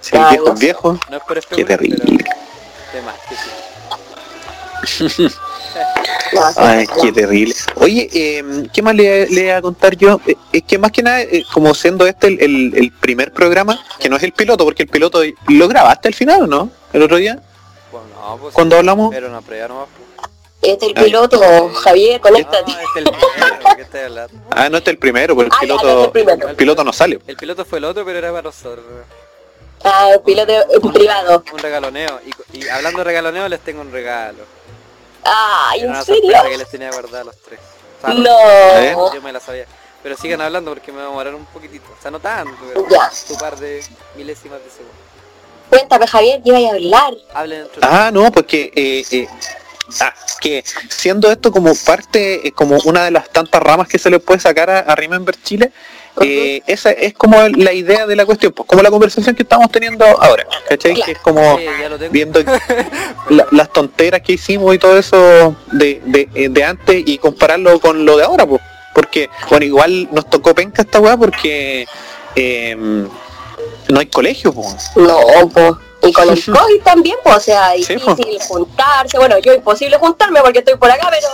Speaker 3: Si el
Speaker 4: Ay,
Speaker 3: viejo
Speaker 4: Dios.
Speaker 3: es viejo,
Speaker 5: No es por
Speaker 3: qué
Speaker 5: especular,
Speaker 3: terrible.
Speaker 5: pero de más que sí.
Speaker 4: No, sí,
Speaker 3: Ay,
Speaker 4: no.
Speaker 3: qué terrible. Oye, eh, ¿qué más le, le voy a contar yo? Eh, Es que más que nada, eh, como siendo este el, el- el primer programa, que no es el piloto, porque el piloto lo grabaste al final, ¿o ¿no? El otro día,
Speaker 5: Bueno, no, pues
Speaker 3: cuando hablamos.
Speaker 5: era una prueba nomás. pues.
Speaker 4: Este es el
Speaker 3: Ay.
Speaker 4: piloto, Javier, conéctate.
Speaker 5: No, este es el primero, ¿qué estás hablando?
Speaker 3: Ah, no este es el primero, porque el
Speaker 4: Ah, ya, no,
Speaker 3: piloto,
Speaker 4: este es el primero.
Speaker 3: el piloto no sale.
Speaker 5: El piloto fue el otro, pero era para nosotros.
Speaker 4: Ah, el piloto eh,
Speaker 5: Un-
Speaker 4: privado.
Speaker 5: Un regaloneo. Y, co- y hablando de regaloneo, les tengo un regalo.
Speaker 4: Ay,
Speaker 5: Era
Speaker 4: ¿en
Speaker 5: una
Speaker 4: serio?
Speaker 5: sorpresa que les tenía guardada a los tres. O sea,
Speaker 3: ¿Eh?
Speaker 4: No.
Speaker 5: Yo me la sabía. Pero sigan hablando porque me va a demorar un poquitito. O sea, no tanto, pero
Speaker 4: Ya.
Speaker 5: un par de milésimas de segundo.
Speaker 4: Cuéntame, Javier, ¿qué iba a hablar?
Speaker 5: Hablen entre
Speaker 3: Ah, no, porque eh, eh, ah, que siendo esto como parte, eh, como una de las tantas ramas que se le puede sacar a, a Remember Chile, eh, esa es como el- la idea de la cuestión, pues como la conversación que estamos teniendo ahora, ¿cachai? Que es como
Speaker 5: Sí, ya lo tengo.
Speaker 3: viendo la- las tonteras que hicimos y todo eso de, de, eh, de antes y compararlo con lo de ahora, pues. Porque, bueno, igual nos tocó penca esta weá porque eh, no hay colegio, pues.
Speaker 4: No, pues. Y con el COVID también, pues, o sea,
Speaker 3: Sí,
Speaker 4: difícil
Speaker 3: po.
Speaker 4: juntarse. Bueno, yo imposible juntarme porque estoy por acá, pero...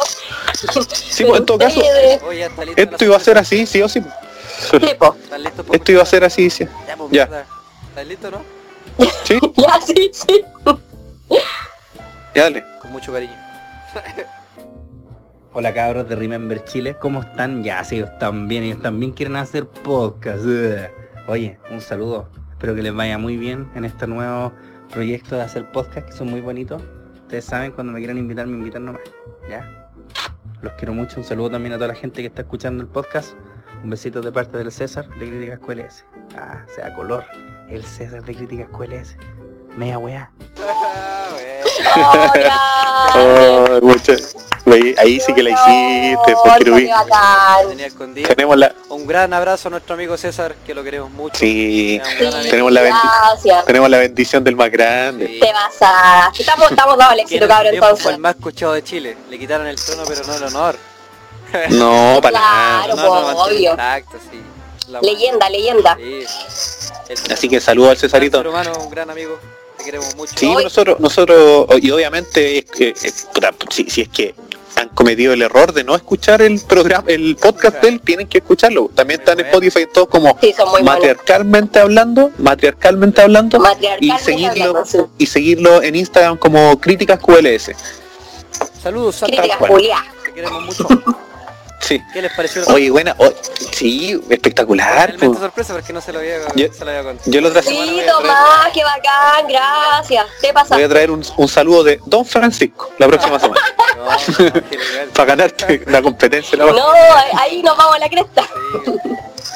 Speaker 3: Sí, pues, en todo caso,
Speaker 4: ustedes-
Speaker 5: Oye, ya está listo.
Speaker 3: Esto iba a ser así, sí o sí.
Speaker 4: Sí, po.
Speaker 5: ¿Están listos para
Speaker 3: Esto iba a ser así, sí.
Speaker 5: escuchar? Ya, pues,
Speaker 3: ya.
Speaker 5: mierda. ¿Están listos, no?
Speaker 3: Sí,
Speaker 4: Ya, sí, sí.
Speaker 3: ya dale.
Speaker 5: Con mucho cariño.
Speaker 6: Hola cabros de Remember Chile, ¿cómo están? Ya, sí, ellos están bien, ellos también quieren hacer podcast. Ugh. Oye, un saludo. Espero que les vaya muy bien en este nuevo proyecto de hacer podcast que son muy bonitos. Ustedes saben, cuando me quieran invitar, me invitan nomás. Ya. Los quiero mucho. Un saludo también a toda la gente que está escuchando el podcast. Un besito de parte del César de Críticas QLS. Ah, sea color. El César de Críticas QLS. Mea weá.
Speaker 5: Ah, bueno.
Speaker 4: Hola.
Speaker 3: Ay, Ah, mucha- ahí- Ahí sí Oh, que la hiciste, pues,
Speaker 4: Hola,
Speaker 3: querubín.
Speaker 4: qué bacán.
Speaker 5: Tenía escondido.
Speaker 3: Tenemos la,
Speaker 5: Un gran abrazo a nuestro amigo César, que lo queremos mucho.
Speaker 3: sí,
Speaker 5: Era un gran
Speaker 4: Sí,
Speaker 5: amigo.
Speaker 3: Tenemos la venta.
Speaker 4: gracias.
Speaker 3: tenemos la bendición del más grande.
Speaker 5: Sí.
Speaker 4: Te vas a... Estamos, estamos dados al
Speaker 5: Que en
Speaker 4: éxito,
Speaker 5: su
Speaker 4: cabrón,
Speaker 5: tiempo fue
Speaker 4: entonces.
Speaker 5: el más escuchado de Chile. Le quitaron el trono, pero no el honor.
Speaker 3: No, para
Speaker 4: Claro.
Speaker 3: nada.
Speaker 5: No,
Speaker 4: po,
Speaker 5: no, mantuvo
Speaker 4: obvio.
Speaker 5: intacto, sí. La-
Speaker 4: Leyenda, leyenda.
Speaker 5: Sí. El-
Speaker 3: Así que saludo al
Speaker 5: Un gran
Speaker 3: Cesarito.
Speaker 5: ser humano, un gran amigo. Te queremos mucho.
Speaker 3: Sí, nosotros, nosotros, y obviamente, eh, eh, puta, si, si es que han cometido el error de no escuchar el programa, el podcast de él, tienen que escucharlo. También están en Spotify y todo como
Speaker 4: Sí, son muy buenos.
Speaker 3: matriarcalmente hablando, matriarcalmente hablando, y
Speaker 4: Matriarcal.
Speaker 3: seguirlo, y seguirlo en Instagram como críticas QLS.
Speaker 5: Saludos, Santa.
Speaker 4: Crítica
Speaker 3: cual.
Speaker 4: Julia.
Speaker 5: Te queremos mucho.
Speaker 3: Sí.
Speaker 5: ¿Qué les pareció?
Speaker 3: Oye, buena. o- sí, espectacular.
Speaker 5: Realmente
Speaker 3: po.
Speaker 5: sorpresa porque no se lo había,
Speaker 3: Yo-
Speaker 5: se lo había contado.
Speaker 3: Yo la otra semana
Speaker 4: Sí,
Speaker 3: voy a traer,
Speaker 4: Tomás, qué bacán, gracias. Te pasa.
Speaker 3: voy a traer un, un saludo de Don Francisco la próxima semana.
Speaker 5: No, no, qué legal.
Speaker 3: para ganarte la competencia. La
Speaker 4: No, ahí- ahí nos vamos a la cresta.
Speaker 5: Sí.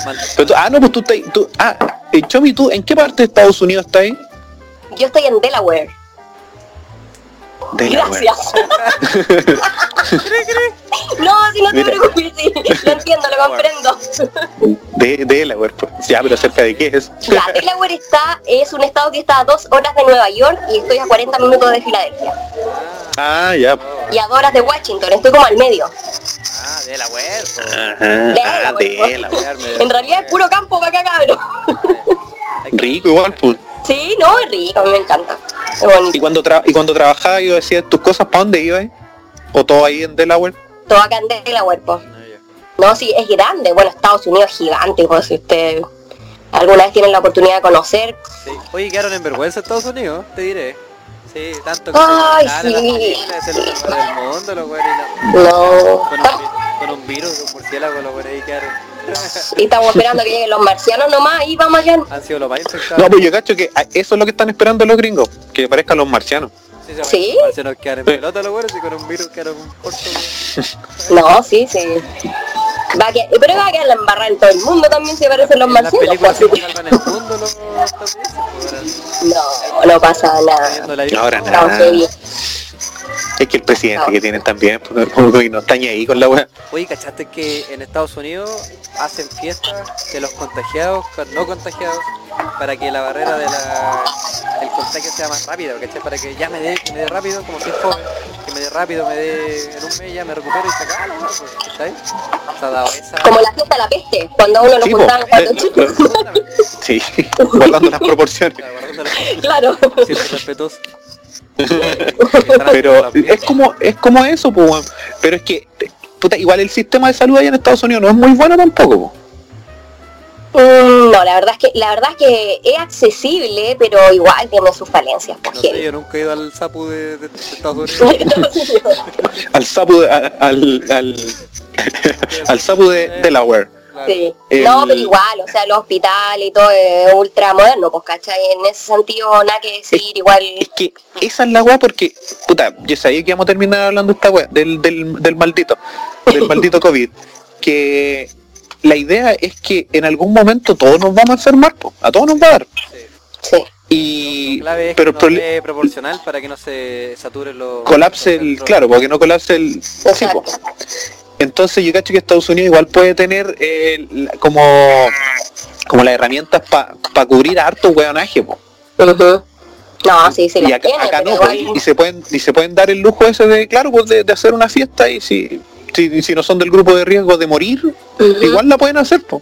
Speaker 5: Manta.
Speaker 3: Pero tú- ah, no, pues tú estás. Tú, ah, eh, Chomi, ¿tú en qué parte de Estados Unidos estás ahí?
Speaker 4: Yo estoy en Delaware.
Speaker 3: De la wea.
Speaker 4: Gracias. no, si no te
Speaker 3: Mira.
Speaker 4: preocupes, sí. Lo entiendo, lo comprendo.
Speaker 3: De, de la wea, pues. Ya, pero cerca de qué es.
Speaker 4: Ya, Delaware está, es un estado que está a dos horas de Nueva York y estoy a 40 minutos de Filadelfia.
Speaker 3: Ah, ya.
Speaker 4: Y a dos horas de Washington, estoy como al medio.
Speaker 5: Ah, de la web. po.
Speaker 3: Ajá, ah, de la wea.
Speaker 5: Pegarme de-
Speaker 4: En realidad es puro campo para acá, cabrón.
Speaker 5: Hay que-
Speaker 3: Rico igual, pues.
Speaker 4: Sí, no, es rico, a mí me encanta. Es bonito.
Speaker 3: Y cuando, tra- y cuando trabajabas y decías tus cosas, ¿para dónde ibas? ¿O todo ahí en Delaware?
Speaker 4: Todo acá en Delaware, po.
Speaker 5: No, ya.
Speaker 4: No, sí, es grande. Bueno, Estados Unidos es gigante, pues si usted alguna vez tienen la oportunidad de conocer.
Speaker 5: Sí. Oye, quedaron en vergüenza Estados Unidos, te diré. Sí, tanto que
Speaker 4: Ay,
Speaker 5: se
Speaker 4: sí.
Speaker 5: juntaron las familias, es el lugar del mundo, los güeyes. y
Speaker 4: No.
Speaker 5: la- Con un, vi- con un virus, un murciélago, los güeyes ahí quedaron.
Speaker 4: Y estamos esperando que lleguen los marcianos nomás y vamos allá.
Speaker 5: Han sido los más infectados.
Speaker 3: No, pues yo cacho que a- eso es lo que están esperando los gringos, que parezcan los marcianos.
Speaker 5: Sí, se
Speaker 4: ¿Sí?
Speaker 5: van- Se nos quedaron en
Speaker 3: Sí.
Speaker 5: pelota los güeyes y con un virus quedaron cortos. güey.
Speaker 4: No, sí, sí. Va a quedar- pero va a quedar la embarrada en todo el mundo también si aparecen los
Speaker 5: En las
Speaker 4: marcianos.
Speaker 5: películas
Speaker 4: pues, así
Speaker 5: se
Speaker 4: que-
Speaker 5: salvan el mundo los estadounidenses, pues, ahora
Speaker 4: No, no pasa
Speaker 5: viendo
Speaker 4: nada.
Speaker 5: la vida.
Speaker 3: Ahora
Speaker 4: No, qué bien.
Speaker 3: Ah. Es que el presidente que tienen también, pues, como que no están ni ahí con la wea.
Speaker 5: Oye, ¿cachaste que en Estados Unidos hacen fiestas de los contagiados con no contagiados para que la barrera de la, del contagio sea más rápida? ¿cachai? Para que ya me dé, que me dé rápido, como si es joven, que me dé rápido, me dé en un mes, ya me recupero y se acaba la weá, pues, ¿cachai? Se ha dado esa...
Speaker 4: Como la fiesta de la peste, cuando a uno lo
Speaker 3: Sí, po.
Speaker 4: juntaban cuando
Speaker 3: Eh,
Speaker 4: chicos.
Speaker 3: Sí, guardando las proporciones.
Speaker 5: Guardando los
Speaker 4: Claro.
Speaker 5: siempre respetuoso.
Speaker 3: Pero es como, es como eso, pues weón. Pero es que, te- puta, igual el sistema de salud allá en Estados Unidos no es muy bueno tampoco, pues.
Speaker 4: Mm, No, la verdad es que, la verdad es que es accesible, pero igual tiene sus falencias, pues
Speaker 5: No sé,
Speaker 4: gente.
Speaker 5: yo nunca he ido al sapu de, de- de Estados Unidos.
Speaker 4: Sí,
Speaker 3: Al sapo de, a- al, al, al sapo de Delaware.
Speaker 5: Claro.
Speaker 3: El-
Speaker 4: No, pero igual, o sea, los hospitales y todo es ultra moderno, pues, ¿cachai? En ese sentido, nada que decir, igual...
Speaker 3: Es que esa es la weá porque, puta, yo sabía que íbamos a terminar hablando de esta weá, del, del, del maldito, del maldito COVID. Que la idea es que en algún momento todos nos vamos a enfermar, po. a todos nos va a dar.
Speaker 4: Sí.
Speaker 3: Y,
Speaker 5: La clave es
Speaker 3: pero
Speaker 5: pero
Speaker 3: el prole-
Speaker 5: proporcional para que no se saturen los...
Speaker 3: colapse
Speaker 5: los
Speaker 3: el,
Speaker 5: centros.
Speaker 3: claro, porque no colapse el... sí, po. Entonces yo cacho que Estados Unidos igual puede tener eh, la- como, como las herramientas para cubrir harto hueonaje, po.
Speaker 4: Ujú. No, sí, sí,
Speaker 3: y
Speaker 4: la
Speaker 3: acá,
Speaker 4: tiene,
Speaker 3: acá
Speaker 4: pero
Speaker 3: no, po,
Speaker 4: igual-
Speaker 3: y, y se pueden, y se pueden dar el lujo ese de, claro, pues de, de hacer una fiesta y si, si, si no son del grupo de riesgo de morir,
Speaker 4: Ujú.
Speaker 3: igual la pueden hacer, po.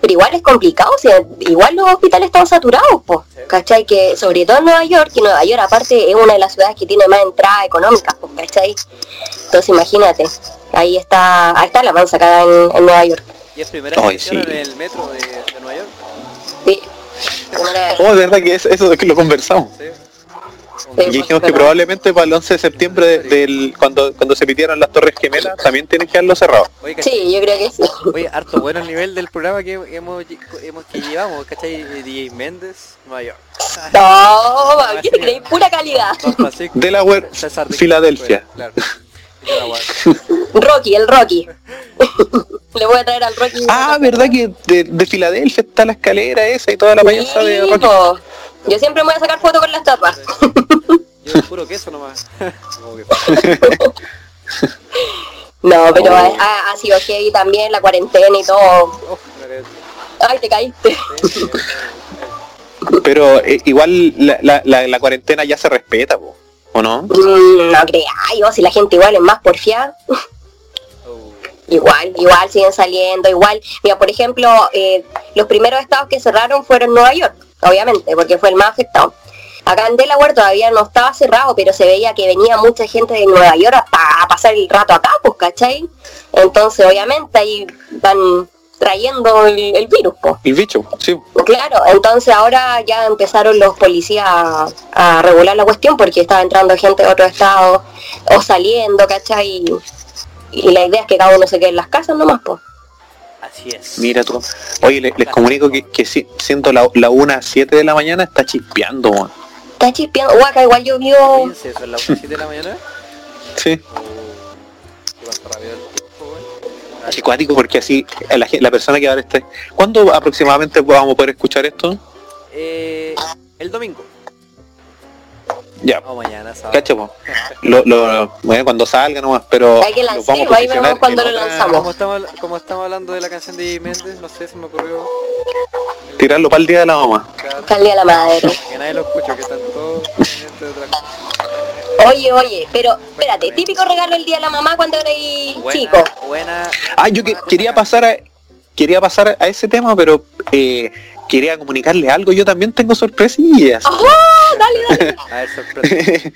Speaker 4: pero igual es complicado, o sea, igual los hospitales están saturados, pues, ¿cachai? Que sobre todo en Nueva York, que Nueva York aparte es una de las ciudades que tiene más entradas económicas, pues, ¿cachai? Entonces imagínate, ahí está, ahí está la mansa acá en, en Nueva York.
Speaker 5: Y es primera vez
Speaker 3: Ay,
Speaker 5: que hicieron
Speaker 3: sí.
Speaker 5: en el metro de, de Nueva York.
Speaker 4: Sí. Una-
Speaker 3: Oh, de verdad que eso, eso es que lo conversamos.
Speaker 5: Sí.
Speaker 3: Y
Speaker 4: Sí.
Speaker 3: dijimos que probablemente para el 11 de septiembre de- del cuando cuando se pitieran las Torres Gemelas también tienen que haberlo cerrado.
Speaker 5: Oye, ¿cachai?
Speaker 4: Sí, yo creo que sí.
Speaker 5: Oye, harto bueno el nivel del programa que hemos, hemos que llevamos, ¿cachai? DJ Méndez, Nueva York.
Speaker 4: No, ¿qué te creí? Pura calidad.
Speaker 5: Don Francisco,
Speaker 3: Delaware,
Speaker 5: César de-
Speaker 3: Filadelfia.
Speaker 5: Claro. Y Delaware.
Speaker 4: Rocky, el Rocky. Le voy a traer al Rocky.
Speaker 3: Ah, verdad que de, de Filadelfia está la escalera esa y toda la payasa de
Speaker 4: Sí,
Speaker 3: Rocky.
Speaker 4: po. Yo siempre me voy a sacar fotos con las tapas.
Speaker 5: Yo puro queso nomás. Como que-
Speaker 4: No, pero ha, ha- ha sido heavy también la cuarentena y todo.
Speaker 5: Oh, no creo.
Speaker 4: Ay, te caíste.
Speaker 5: Sí,
Speaker 3: Pero eh, igual la, la- la- la cuarentena ya se respeta, po, ¿o no?
Speaker 4: Mm, No creáis, o si la gente igual es más porfiada,
Speaker 5: oh.
Speaker 4: igual, igual siguen saliendo, igual. Mira, por ejemplo, eh, los primeros estados que cerraron fueron Nueva York, obviamente, porque fue el más afectado. Acá en Delaware todavía no estaba cerrado, pero se veía que venía mucha gente de Nueva York a, pa- a pasar el rato acá, pues, ¿cachai? Entonces, obviamente, ahí van trayendo el, el virus, pues.
Speaker 3: El bicho, sí.
Speaker 4: Claro, entonces ahora ya empezaron los policías a, a regular la cuestión porque estaba entrando gente de otro estado o saliendo, ¿cachai? Y, y la idea es que cada uno se quede en las casas nomás, pues.
Speaker 5: Así es.
Speaker 3: Mira tú. Oye, le- les, comunico que, que si- siendo la, la 1 a 7 de la mañana está chispeando, weón.
Speaker 4: Está chispeando, guaca, igual yo vivo...
Speaker 5: Fíjense, son las 7 de la mañana.
Speaker 3: Sí.
Speaker 5: Oh, qué pasa rápido el tiempo, güey. Ay,
Speaker 3: Chicuático, porque así eh, la, gen- la persona que va a estar... ¿Cuándo aproximadamente vamos a poder escuchar esto?
Speaker 5: eh, el domingo.
Speaker 3: Ya,
Speaker 5: O mañana, sábado.
Speaker 3: cacho, po. Lo, lo- bueno, cuando salga nomás, pero
Speaker 4: Hay que
Speaker 3: los vamos
Speaker 4: lanzarlo,
Speaker 3: a
Speaker 4: ahí vemos
Speaker 3: posicionar
Speaker 4: cuando
Speaker 3: en-
Speaker 4: lo
Speaker 5: Otra-
Speaker 4: lanzamos.
Speaker 5: Eh, Como estamos, como estamos hablando de la canción de Méndez, no sé, se me ocurrió
Speaker 3: tirarlo para el día de la mamá.
Speaker 5: cada-
Speaker 4: Calde a la madre.
Speaker 5: que nadie lo escucha, que están todos pendientes de otra cosa.
Speaker 4: Oye, oye, pero espérate, típico regalo el día de la mamá cuando eres
Speaker 5: Buena,
Speaker 4: chico.
Speaker 5: Buena.
Speaker 3: Ah, yo que- quería pasar a quería pasar a ese tema, pero eh, quería comunicarle algo. Yo también tengo sorpresillas.
Speaker 4: ¡Ajá! Ah, Dale, dale.
Speaker 5: A ver, sorpresa.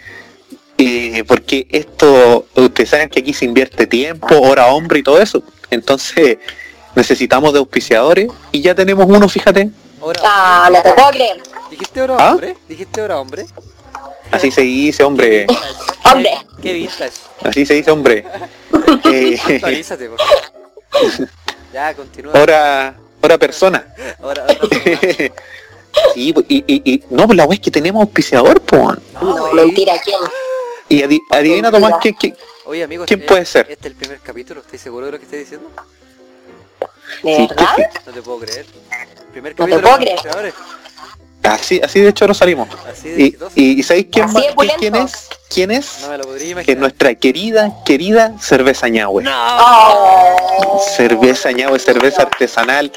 Speaker 3: Eh, porque esto, ustedes saben que aquí se invierte tiempo, hora hombre y todo eso. Entonces, necesitamos de auspiciadores y ya tenemos uno, fíjate.
Speaker 5: Hora
Speaker 4: Ah, no te puedo creer.
Speaker 5: hombre. ¿Dijiste hora
Speaker 3: ¿Ah?
Speaker 5: hombre? ¿Dijiste hora hombre?
Speaker 3: Así se dice, hombre.
Speaker 4: Hombre.
Speaker 5: Qué- Qué vintage.
Speaker 3: Así se dice, hombre. Eh,
Speaker 5: Actualízate, por favor. Ya, continúa.
Speaker 3: hora, hora persona.
Speaker 5: Ahora, ahora sí,
Speaker 3: Sí, pues, y, y- y- no, pues la wea es que tenemos auspiciador, po.
Speaker 5: va. No,
Speaker 4: No,
Speaker 5: güey.
Speaker 4: mentira, ¿quién?
Speaker 3: Y adi- adivina, Tomás, que, que-
Speaker 5: Oye, amigos,
Speaker 3: ¿Quién
Speaker 5: eh,
Speaker 3: puede ser?
Speaker 5: Este es el primer capítulo, ¿estoy seguro de lo que estoy diciendo?
Speaker 4: ¿De verdad?
Speaker 5: No te puedo creer. Primer
Speaker 4: No te
Speaker 5: capítulo.
Speaker 4: puedo
Speaker 5: con
Speaker 4: creer.
Speaker 5: auspiciadores.
Speaker 3: así, así de hecho nos salimos.
Speaker 5: Así de
Speaker 3: Y,
Speaker 5: exitoso.
Speaker 3: y, y ¿sabéis quién,
Speaker 4: Así
Speaker 3: más-
Speaker 4: de opulento.
Speaker 3: quién es? ¿Quién es?
Speaker 5: No me lo podría
Speaker 3: Que
Speaker 5: imaginar.
Speaker 3: nuestra querida, querida cerveza ñahue.
Speaker 4: Oh.
Speaker 3: Cerveza ñahue, cerveza artesanal.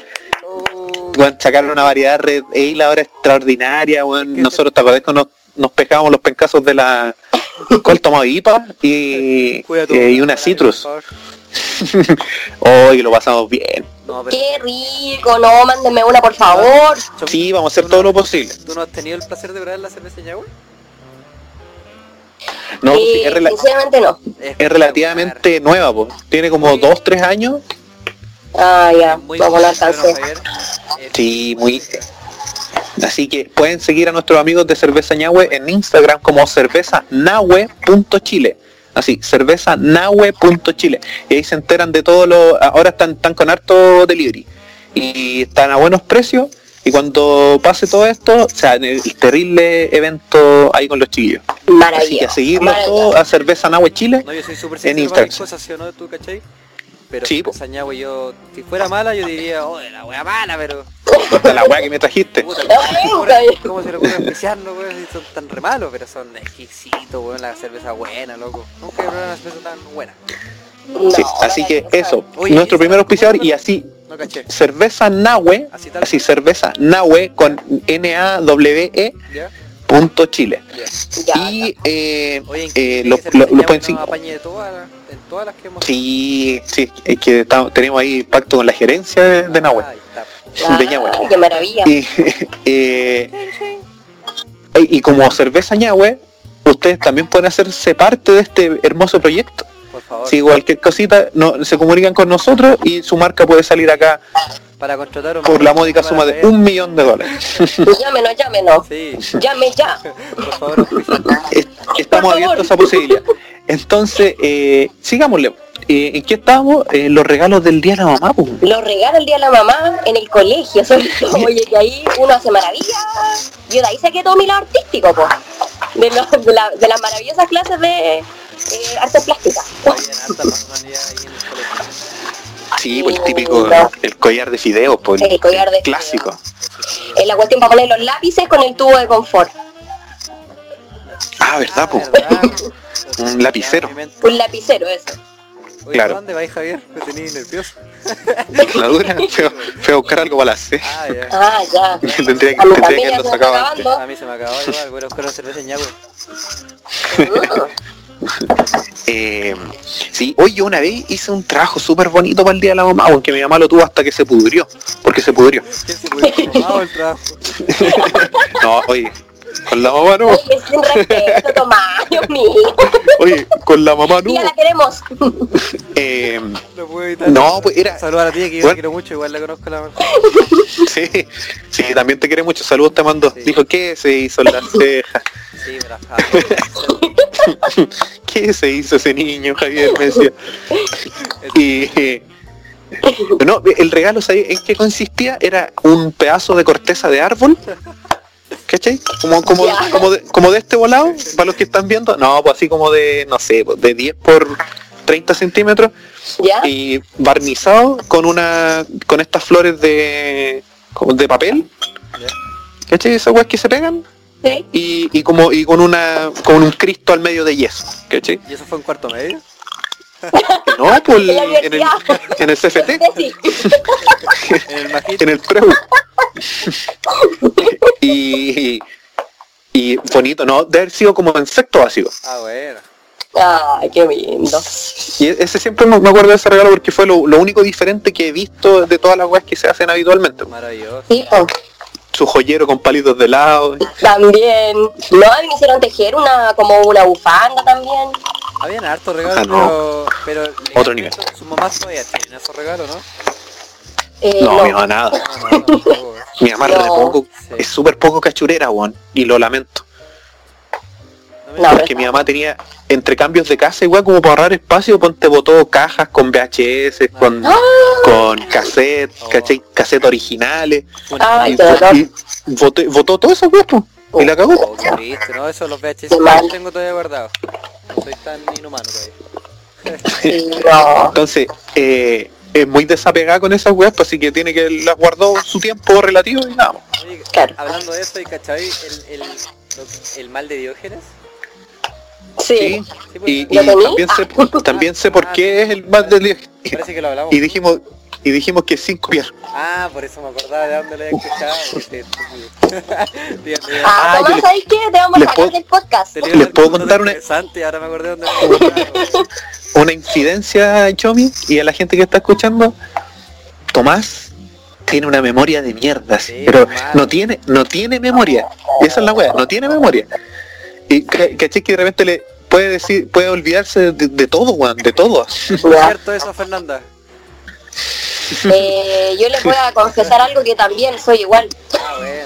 Speaker 5: Oh,
Speaker 3: Bueno, sacaron una variedad Red Ale ahora extraordinaria. weón. nosotros, ¿te acordás cuando nos pegábamos los pencazos de la... ¿Cuál tomaba IPA? Y,
Speaker 5: cuida tu-
Speaker 3: eh, y una citrus.
Speaker 5: por favor.
Speaker 3: Hoy lo pasamos bien.
Speaker 5: No, pero
Speaker 4: Qué rico, no, mándenme una por favor.
Speaker 5: Chom,
Speaker 3: Sí, vamos a hacer
Speaker 5: tú
Speaker 3: todo
Speaker 5: no-
Speaker 3: lo posible.
Speaker 5: ¿Tú no has tenido el placer de probar la cerveza Yahweh?
Speaker 3: No,
Speaker 4: Eh,
Speaker 3: sí, es, rela-
Speaker 4: sinceramente no.
Speaker 3: es relativamente nueva, po. tiene como dos, tres años.
Speaker 4: Ah, ya, como lo alcancé.
Speaker 5: eh,
Speaker 3: Sí, muy. Así que pueden seguir a nuestros amigos de Cerveza Ñahue en Instagram como cervezanahue.chile. Así, cervezanahue.chile. Y ahí se enteran de todo lo... Ahora están, están con harto delivery. Y están a buenos precios. Y cuando pase todo esto, o sea, el terrible evento ahí con los chiquillos. Así que a
Speaker 4: Maravilloso.
Speaker 3: seguirlo
Speaker 4: maravilloso.
Speaker 3: todo a Cerveza Nahue Chile.
Speaker 5: No, yo soy súper
Speaker 3: En
Speaker 5: sincero para
Speaker 3: Instagram.
Speaker 5: mis cosas, ¿sí o no? ¿Tú cachai? Pero
Speaker 3: Sí, po.
Speaker 5: esa ñagua yo, si fuera mala, yo diría, oh, la wea mala, pero...
Speaker 3: Puta, la weá que me trajiste.
Speaker 5: Puta, ¿Cómo se le ocurre especiarnos, weón? Si son tan re malos, pero son exquisitos, weón. La cerveza buena, loco. Nunca he probado una cerveza tan buena.
Speaker 3: Sí, así que eso,
Speaker 5: Oye,
Speaker 3: nuestro
Speaker 5: esa-
Speaker 3: primer auspiciador y así,
Speaker 5: No caché.
Speaker 3: cerveza Nahue,
Speaker 5: Así tal.
Speaker 3: así cerveza Nahue con N-A-W-E
Speaker 5: ¿Ya?
Speaker 3: E punto Chile.
Speaker 5: Ya.
Speaker 3: Y eh,
Speaker 5: Oye,
Speaker 3: eh,
Speaker 5: increíble
Speaker 3: lo-
Speaker 5: que esa
Speaker 3: lo-
Speaker 5: cerveza
Speaker 3: lo pueden
Speaker 5: nos
Speaker 3: sin-
Speaker 5: apañe de todas, las- en todas las que hemos...
Speaker 3: sí, sí, es que estamos- tenemos ahí pacto con la gerencia de, de Nahue,
Speaker 5: Ahí está.
Speaker 3: de Ñahue.
Speaker 4: Ah, qué
Speaker 5: E.
Speaker 4: maravilla.
Speaker 3: Y, eh, y como cerveza Ñahue, ustedes también pueden hacerse parte de este hermoso proyecto.
Speaker 5: Por favor.
Speaker 3: Si cualquier cosita no, se comunican con nosotros y su marca puede salir acá
Speaker 5: Para contratar un...
Speaker 3: por la módica suma de un millón de dólares.
Speaker 4: Llámenos, llámenos.
Speaker 5: Sí,
Speaker 4: Llame ya.
Speaker 5: por favor, auspiciador.
Speaker 3: Es- Estamos
Speaker 4: Por favor.
Speaker 3: abiertos a posibilidad. Entonces, eh, sigámosle. Eh, ¿En qué estábamos? Eh, los regalos del Día de la Mamá. pues. po.
Speaker 4: Lo regala el día de la mamá en el colegio. son- Oye, que ahí uno hace maravilla. Yo de ahí saqué todo mi lado artístico, po. De, lo- de la- de las maravillosas clases de eh, artes plásticas.
Speaker 5: Habían harta manualidad ahí en el colegio.
Speaker 3: Sí, pues, el típico, el collar de fideos, pues,
Speaker 4: El collar de
Speaker 3: clásico.
Speaker 4: Eh, la cuestión para poner los lápices con el tubo de confort.
Speaker 3: Ah, ¿verdad? po?
Speaker 5: ¿verdad?
Speaker 3: Un lapicero.
Speaker 4: Un lapicero, eso.
Speaker 5: Oye,
Speaker 3: Claro.
Speaker 5: ¿a ¿dónde vais, Javier? Me tenéis nervioso.
Speaker 3: La dura, fue, a buscar algo para la C.
Speaker 5: Ah, ya.
Speaker 4: Ah, ya.
Speaker 3: tendría que,
Speaker 4: A mi
Speaker 3: tendría que
Speaker 4: familia
Speaker 3: haberlo
Speaker 4: se me
Speaker 3: sacado
Speaker 4: está
Speaker 3: antes.
Speaker 5: A mí se me acabó igual, voy a buscar una cerveza en Ñagüe.
Speaker 3: Eh, sí, hoy yo una vez hice un trabajo súper bonito para el Día de la Mamá, aunque mi mamá lo tuvo hasta que se pudrió, porque se pudrió.
Speaker 5: ¿Quién se puede haber tomado el trabajo?
Speaker 3: No, oye, con la mamá no,
Speaker 4: Oye, sin respeto, Tomás, Dios mío.
Speaker 3: oye, con la mamá no.
Speaker 4: Ya la queremos.
Speaker 3: Eh,
Speaker 5: No puedo evitar.
Speaker 3: No, pues, era-
Speaker 5: Saludos a la tía que yo
Speaker 3: Bueno.
Speaker 5: la quiero mucho, igual la conozco la mano.
Speaker 3: sí, sí, también te quiere mucho, saludos te mando.
Speaker 5: Sí.
Speaker 3: Dijo, ¿qué se hizo en la ceja?
Speaker 5: Sí, me la jalo.
Speaker 3: ¿Qué se hizo ese niño, Javier? Me decía. Y, eh, no, el regalo, ¿sabes en qué consistía? Era un pedazo de corteza de árbol. ¿Cachai? Como, como,
Speaker 4: Ya.
Speaker 3: como, de, como de este volado, para los que están viendo. No, pues así como de, no sé, pues, de 10 por 30 centímetros.
Speaker 4: ¿Ya?
Speaker 3: y barnizado con una con estas flores de como de papel
Speaker 5: Ya.
Speaker 3: ¿cachai? esas weas que se pegan
Speaker 4: Sí.
Speaker 3: y, y como y con una con un cristo al medio de yeso ¿cachai?
Speaker 5: ¿Y eso fue en cuarto medio?
Speaker 3: no pues,
Speaker 4: En la
Speaker 3: en, el,
Speaker 4: universidad.
Speaker 3: en el CFT
Speaker 4: Sí,
Speaker 5: En el majito.
Speaker 3: en el preu y, y bonito no de haber sido como en sexto básico
Speaker 5: Ah, bueno.
Speaker 4: Ay, qué lindo.
Speaker 3: y e-, ese siempre me me acuerdo de ese regalo porque fue lo, lo único diferente que he visto de todas las weas que se hacen habitualmente
Speaker 5: Maravilloso.
Speaker 4: Sí, po.
Speaker 3: su joyero con palitos de
Speaker 4: Eh,
Speaker 3: lado
Speaker 4: También. No, a mí me hicieron tejer una como una bufanda también.
Speaker 5: Habían harto regalos,
Speaker 3: Ah, no.
Speaker 5: pero, pero
Speaker 3: Otro nivel.
Speaker 5: Su mamá todavía tiene esos regalos, ¿no?
Speaker 4: Eh,
Speaker 3: no,
Speaker 4: no.
Speaker 3: mi mamá nada
Speaker 5: No, no, no, tampoco, ¿eh?
Speaker 3: Mi mamá
Speaker 4: No.
Speaker 3: re poco,
Speaker 5: Sí.
Speaker 3: es súper poco cachurera, weón, y lo lamento.
Speaker 5: No
Speaker 4: No,
Speaker 5: me digas.
Speaker 3: Porque mi mamá tenía, entre cambios de casa, igual como para ahorrar espacio, ponte botó cajas con VHS, con,
Speaker 4: ¡Ah!
Speaker 3: con cassette,
Speaker 5: Oh.
Speaker 3: ¿cachai? Cassette originales.
Speaker 4: Ay,
Speaker 3: y,
Speaker 4: qué dolor.
Speaker 3: y botó, botó todo eso, weón, po, y la cagó.
Speaker 5: Oh, qué triste, ¿no? Eso los VHS
Speaker 4: Qué mal.
Speaker 5: los tengo todavía guardados. No soy tan inhumano todavía.
Speaker 4: Sí, no.
Speaker 3: Entonces, eh, es muy desapegada con esas weas, pues, así que tiene que las guardó su tiempo relativo y nada. más.
Speaker 5: Oye,
Speaker 4: Claro.
Speaker 5: hablando de eso, y cachai, el, el, lo- el mal de Diógenes.
Speaker 4: Sí.
Speaker 3: Sí,
Speaker 5: Sí, pues,
Speaker 3: y, y
Speaker 4: ¿Lo tenía?
Speaker 3: también sé, también sé por qué es el más del
Speaker 5: parece que lo hablamos.
Speaker 3: y dijimos y dijimos que sin copiar.
Speaker 5: Ah, por eso me acordaba de dónde lo había escuchado. porque sí, Dios mío.
Speaker 4: Ah,
Speaker 3: Ah, yo
Speaker 4: Tomás,
Speaker 3: le-
Speaker 4: ¿sabes qué? Te vamos a
Speaker 3: les
Speaker 4: sacar
Speaker 3: puedo-
Speaker 4: del podcast.
Speaker 5: Te lo iba a
Speaker 3: ¿Les puedo
Speaker 5: contar
Speaker 3: contar una-
Speaker 5: interesante y ahora me acordé de dónde lo había escuchado.
Speaker 3: una incidencia, Chomi, y a la gente que está escuchando, Tomás tiene una memoria de mierda, sí,
Speaker 5: Sí,
Speaker 3: pero
Speaker 5: mal.
Speaker 3: no tiene, no tiene memoria. Y esa es la wea, no tiene memoria. Y ca- caché que de repente le puede decir, puede olvidarse de, de todo, weón, de todo.
Speaker 5: ¿Es cierto eso, Fernanda?
Speaker 4: Eh, yo les voy a confesar algo que también soy igual.
Speaker 5: Ah, bueno.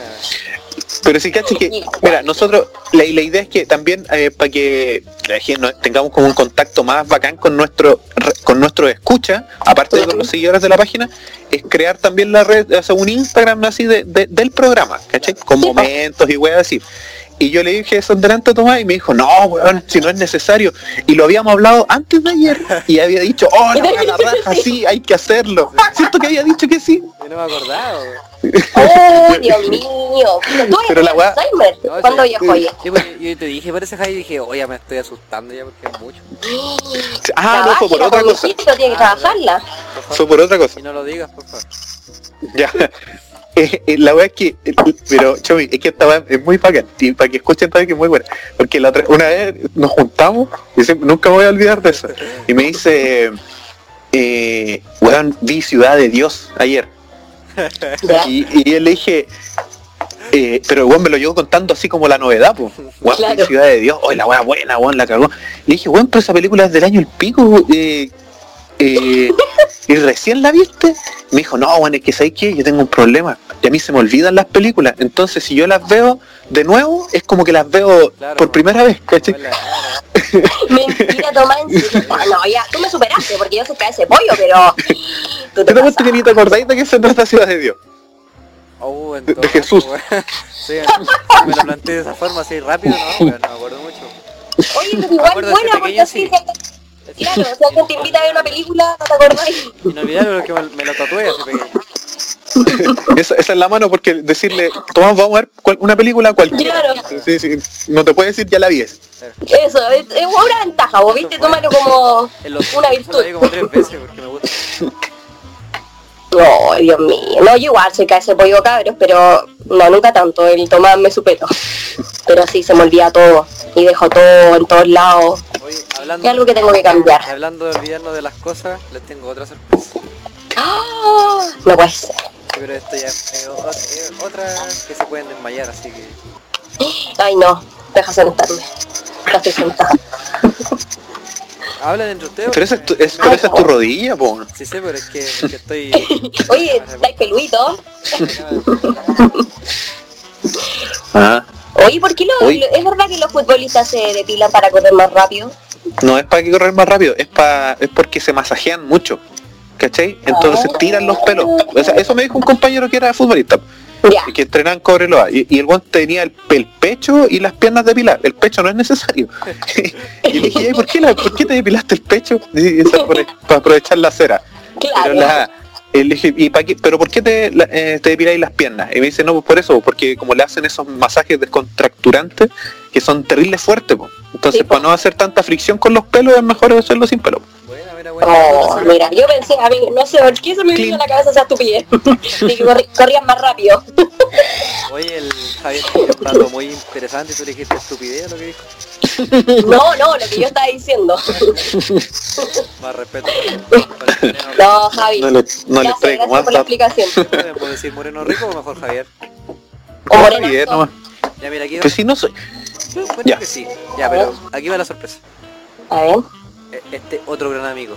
Speaker 3: Pero sí, caché que, mira, nosotros, la, la idea es que también para que la gente no- tengamos como un contacto más bacán con nuestro re- con nuestro escucha, aparte de con los seguidores de la página, es crear también la red, o sea, un Instagram así de, de- del programa, ¿cachai? Con momentos y weas así. Y yo le dije eso delante a Tomás y me dijo, no, weón, si no es necesario. Y lo habíamos hablado antes de ayer y había dicho, oh, la, wea, la raja, sí, hay que hacerlo. Siento que había dicho que sí.
Speaker 5: Yo no me acordaba. weón.
Speaker 4: ¡Oh, Dios mío! ¿Tú eres
Speaker 3: Pero la weá-
Speaker 4: Alzheimer?
Speaker 5: No,
Speaker 4: ¿Cuándo
Speaker 5: sí.
Speaker 4: viajó ella?
Speaker 5: Yo, yo te dije, parece Javi, dije, oye, me estoy asustando ya porque es mucho.
Speaker 3: Ah, no, fue por
Speaker 4: Trabájela,
Speaker 3: otra
Speaker 4: con
Speaker 3: cosa.
Speaker 4: Luisito, tiene que
Speaker 5: Ah,
Speaker 4: trabajarla.
Speaker 5: Por
Speaker 3: Fue
Speaker 5: favor.
Speaker 3: por otra cosa.
Speaker 5: Y no lo digas, por favor.
Speaker 3: Ya. Eh, eh, la weá es que, eh, pero Chomi, es que esta weá es muy bacán, y para que escuchen también que es muy buena, porque la otra, una vez nos juntamos, y siempre- nunca me voy a olvidar de eso, y me dice, eh, weón, vi Ciudad de Dios ayer, Ah,
Speaker 4: Ya.
Speaker 3: y, y yo le dije, eh, pero weón me lo llevó contando así como la novedad, pues, weón, vi
Speaker 4: Claro.
Speaker 3: Ciudad de Dios, hoy la weá buena, weón, la cagó, le dije, weón, pero esa película es del año el pico, eh, eh, y recién la viste, me dijo, no, bueno, es que sabéis que yo tengo un problema. Y a mí se me olvidan las películas. Entonces, si yo las veo de nuevo, es como que las veo
Speaker 5: Claro.
Speaker 3: por primera vez, ¿cachai?
Speaker 5: Hola, hola.
Speaker 4: Mentira, Tomás. en serio. Ah, no, ya, tú me superaste porque yo soy ese pollo, pero... Tú
Speaker 3: Yo te
Speaker 4: te pasas.
Speaker 3: cuento que ni te acordáis de qué se trata Ciudad de Dios.
Speaker 5: Oh, entonces,
Speaker 3: Jesús.
Speaker 5: weón. Sí, me lo planteé de esa forma así rápido, no, weón, no me acuerdo mucho.
Speaker 4: Oye, pero igual
Speaker 5: Acuérdate,
Speaker 4: buena porque
Speaker 5: pequeña,
Speaker 4: así...
Speaker 5: sí.
Speaker 4: te- Claro, si alguien te invita a ver una película, no te acordáis.
Speaker 5: Inolvidable porque me, me lo tatué así pequeño.
Speaker 3: Esa, esa es la mano porque decirle, Tomás, vamos a ver cual- una película cualquiera.
Speaker 4: Claro.
Speaker 3: Sí, sí, no te puedes decir, ya la vi.
Speaker 4: Eso, es, es una ventaja, vos viste, tómalo como
Speaker 5: En los
Speaker 4: una
Speaker 5: Lo
Speaker 4: virtud.
Speaker 5: vi como tres veces porque me gusta.
Speaker 4: No, Dios mío. No, yo igual soy ese pollo cabros, pero no, nunca tanto. El Tomás me superó. Pero sí, se me olvida todo. Y dejo todo en todos lados.
Speaker 5: Oye, hablando,
Speaker 4: Es algo que tengo que cambiar.
Speaker 5: hablando de olvidarnos de las cosas, les tengo otra sorpresa.
Speaker 4: ¡Ah! No puede ser.
Speaker 5: Sí, Pero esto ya es o- es otra que se pueden desmayar, así que...
Speaker 4: Ay, no. Deja sentarme. Ya estoy sentada.
Speaker 5: Hablen entre ustedes.
Speaker 3: Pero esa es tu,
Speaker 5: porque
Speaker 3: es, pero
Speaker 5: me-
Speaker 3: esa es tu rodilla, po.
Speaker 5: Sí, sí, pero es que, es que estoy...
Speaker 4: Oye, ¿estáis peluito?
Speaker 3: Ah,
Speaker 4: Oye, ¿por qué lo,
Speaker 3: Oye.
Speaker 4: lo- es verdad que los futbolistas se depilan para correr más rápido?
Speaker 3: no es para que correr más rápido, es para es porque se masajean mucho. ¿Cachai? Entonces tiran los pelos. O sea, eso me dijo un compañero que era futbolista.
Speaker 4: Ya.
Speaker 3: Y que entrenan Cobreloa y, y el guante tenía el, el pecho y las piernas depiladas el pecho no es necesario y le dije "Ay, ¿por qué, la- por qué te depilaste el pecho? Y esa por- para aprovechar la cera pero
Speaker 4: Claro.
Speaker 3: la y le dije, ¿y pa' qué- pero por qué te, la- eh, te depiláis las piernas? Y me dice, no, pues por eso, porque como le hacen esos masajes descontracturantes que son terribles fuertes, po. entonces
Speaker 4: Sí, po.
Speaker 3: para no hacer tanta fricción con los pelos es mejor hacerlo sin pelo.
Speaker 5: Buena, mira, buena.
Speaker 4: Oh, mira, yo pensé, a mí, no sé por qué se me vino a la cabeza esa estupidez. De que corri- corrían más rápido.
Speaker 5: Oye, el Javier tiene un dato muy interesante, tú le dijiste estupidez lo que dijo.
Speaker 4: No, no, lo que yo estaba diciendo.
Speaker 5: Más respeto. para el moreno rico.
Speaker 4: No, Javi.
Speaker 3: No le, no le traigo
Speaker 4: gracias,
Speaker 3: más
Speaker 4: gracias por la
Speaker 3: datos.
Speaker 4: explicación.
Speaker 5: ¿Me ¿Puedo decir moreno rico o mejor Javier?
Speaker 4: O
Speaker 3: No,
Speaker 4: morenazo.
Speaker 3: Javier, nomás.
Speaker 5: Ya, mira, aquí va,
Speaker 3: Pues si no soy,
Speaker 5: yo encuentro
Speaker 3: ya.
Speaker 5: que sí. Ya, pero aquí va la sorpresa.
Speaker 4: A ver.
Speaker 5: E- Este otro gran amigo.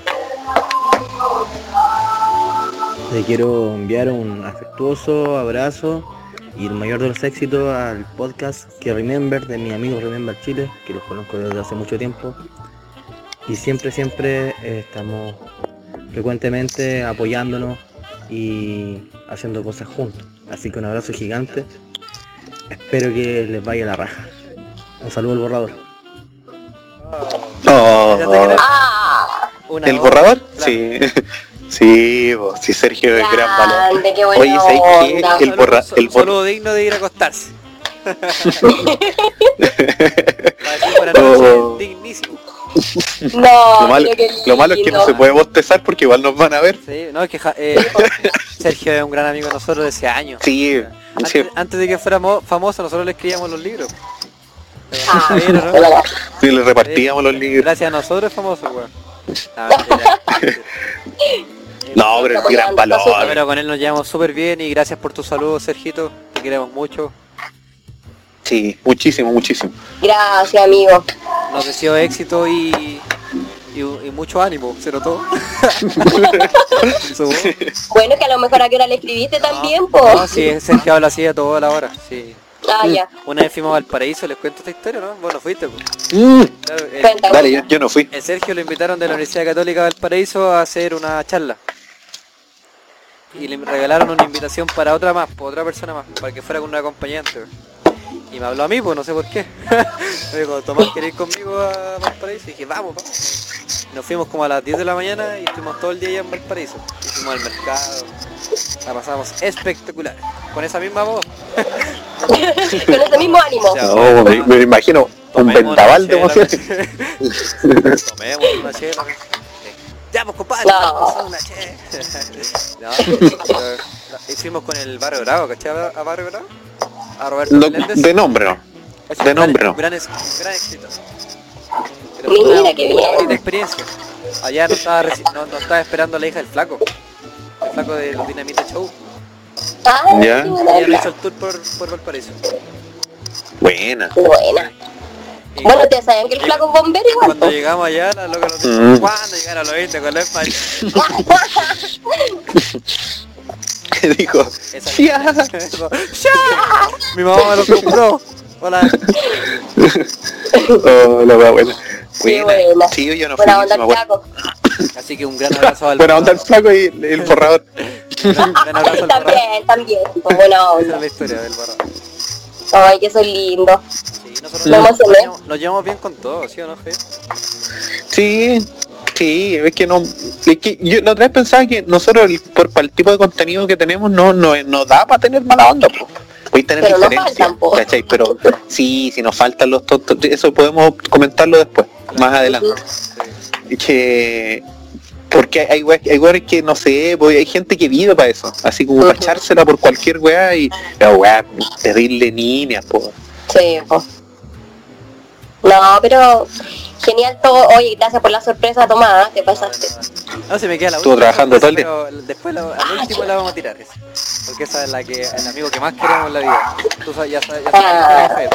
Speaker 7: Le quiero enviar un afectuoso abrazo y el mayor de los éxitos al podcast que Remember de mis amigos Remember Chile, que los conozco desde hace mucho tiempo. Y siempre, siempre eh, estamos frecuentemente apoyándonos y haciendo cosas juntos. Así que un abrazo gigante. Espero que les vaya la raja. Un saludo al borrador.
Speaker 3: No.
Speaker 5: Ya te creo.
Speaker 4: Ah,
Speaker 5: Una
Speaker 3: ¿El
Speaker 5: hora,
Speaker 3: borrador?
Speaker 5: claro.
Speaker 3: Sí. Sí, vos, sí, Sergio es gran valor.
Speaker 4: grande, qué buena
Speaker 3: Oye, ¿sabes qué?
Speaker 4: onda.
Speaker 3: El borra-
Speaker 5: Saludo-
Speaker 3: el
Speaker 5: un
Speaker 3: bor-
Speaker 5: saludo digno de ir a acostarse. Para decir buenas
Speaker 3: Oh.
Speaker 5: noches, dignísimo.
Speaker 4: No,
Speaker 3: Lo malo,
Speaker 4: pero qué
Speaker 3: lo malo es que no
Speaker 4: lindo.
Speaker 3: se puede bostezar porque igual nos van a ver.
Speaker 5: Sí, no, es que Ja- eh, Sergio es un gran amigo de nosotros de ese año.
Speaker 3: Sí,
Speaker 5: Antes,
Speaker 3: sí,
Speaker 5: antes de que fuera mo- famoso, nosotros le escribíamos los libros.
Speaker 4: Ah,
Speaker 5: Sí, ¿no? Eh,
Speaker 4: de verdad.
Speaker 3: sí, le repartíamos los libros. Ah,
Speaker 5: Gracias a nosotros es famoso, weón. Ah, No, mentira.
Speaker 3: No, pero es gran
Speaker 5: No,
Speaker 3: valor.
Speaker 5: pero con él nos llevamos súper bien y gracias por tus saludos, Sergito. Te queremos mucho.
Speaker 3: Sí, muchísimo, muchísimo.
Speaker 4: Gracias, amigo.
Speaker 5: Nos deseo éxito y, y, y mucho ánimo, se notó. Su voz.
Speaker 4: Bueno, que a lo mejor a qué hora le escribiste también, po.
Speaker 5: No, Ah, sí, Sergio habla así a toda la hora. Sí.
Speaker 4: Ah, ya.
Speaker 5: Una vez fuimos al paraíso, les cuento esta historia, ¿no? Bueno, fuiste. pues.
Speaker 3: Mm,
Speaker 5: Claro, eh, el-
Speaker 4: Cuéntame.
Speaker 3: dale, yo, yo no fui.
Speaker 5: El Sergio lo invitaron de la Universidad Católica de Valparaíso a hacer una charla. Y le regalaron una invitación para otra más, para otra persona más, para que fuera con una acompañante. weón. Y me habló a mí, pues no sé por qué. me dijo, Tomás, ¿querés ir conmigo a Valparaíso? Y dije, vamos, vamos. Y nos fuimos como a las 10 de la mañana y estuvimos todo el día allá en Valparaíso. Hicimos el mercado, la pasamos espectacular. Con esa misma voz.
Speaker 4: Con ese mismo ánimo.
Speaker 5: Ya,
Speaker 3: No, me, me imagino un
Speaker 5: Tomemos una
Speaker 3: vendaval de
Speaker 5: chela.
Speaker 3: emociones.
Speaker 5: Tomemos una chela. Ya, pues compadre,
Speaker 4: No.
Speaker 5: vamos a una chela. no, pero, no, hicimos con el Barrio Bravo, ¿cachai? a- ¿A Barrio Bravo? A Roberto
Speaker 3: No,
Speaker 5: Meléndez.
Speaker 3: de nombre no.
Speaker 5: Es
Speaker 3: de
Speaker 5: un
Speaker 3: nombre,
Speaker 5: gran,
Speaker 3: no.
Speaker 5: un gran, es- un gran éxito. Pero
Speaker 4: Mira,
Speaker 5: fue una
Speaker 4: qué
Speaker 5: muy
Speaker 4: bien.
Speaker 5: bonita experiencia. Allá no estaba, reci- no, no estaba esperando a la hija del flaco. El flaco del Dinamita Show.
Speaker 4: Ah,
Speaker 3: Ya.
Speaker 4: qué
Speaker 5: Ella no
Speaker 4: buena.
Speaker 5: hizo el tour por, por Valparaíso.
Speaker 3: Buena.
Speaker 4: Buena.
Speaker 5: Y
Speaker 4: Bueno, ustedes sabían que el flaco es bombero igual.
Speaker 5: cuando
Speaker 4: po.
Speaker 5: llegamos allá, la loca nos dijo,
Speaker 3: Mm.
Speaker 5: ¿cuándo llegaron los 20 con los españoles?
Speaker 3: Dijo, ah".
Speaker 5: Esa- ¡Ya! Mi mamá me lo compró. Hola.
Speaker 3: oh, la wea buena.
Speaker 4: Qué
Speaker 3: Buena.
Speaker 4: buena.
Speaker 3: Sí, yo no fui.
Speaker 4: Buena
Speaker 3: sí
Speaker 4: onda,
Speaker 3: me
Speaker 4: Ah, el
Speaker 3: acuerdo.
Speaker 4: flaco.
Speaker 5: Así que un gran abrazo al
Speaker 3: Buena onda el flaco y el borrador.
Speaker 5: Un gran, gran abrazo al barra.
Speaker 4: También, también. po, Buena
Speaker 5: Esa es
Speaker 4: onda.
Speaker 5: la historia del barra.
Speaker 4: Ay, que soy lindo.
Speaker 5: Sí, nosotros
Speaker 4: Lo
Speaker 5: nos,
Speaker 4: emocioné.
Speaker 5: llevamos, nos llevamos bien con todo, ¿sí o no, Fe?
Speaker 3: Sí, sí, es que no. Es que yo la otra vez pensaba que nosotros, el- por para el tipo de contenido que tenemos, no no, no da para tener mala onda, po. Voy a tener
Speaker 4: Pero no
Speaker 3: diferencia,
Speaker 4: faltan, po.
Speaker 3: ¿cachai? Pero sí, si nos faltan los tontos, eso podemos comentarlo después, más adelante. Que porque hay weas, hay weas que no sé, po, hay gente que vive para eso, así como para
Speaker 4: Ujú.
Speaker 3: echársela por cualquier wea y la wea terrible niña, po.
Speaker 4: Sí, po. No, pero genial todo. Oye, gracias por la sorpresa, Tomás. ¿eh? Te pasaste.
Speaker 5: No, se me queda la
Speaker 3: Estuvo
Speaker 5: última,
Speaker 3: trabajando todo el día.
Speaker 5: pero Después la, al último la vamos a tirar esa. Porque esa es la que, el amigo que más queremos en la vida. Tú sabes, ya sabes, ya sabes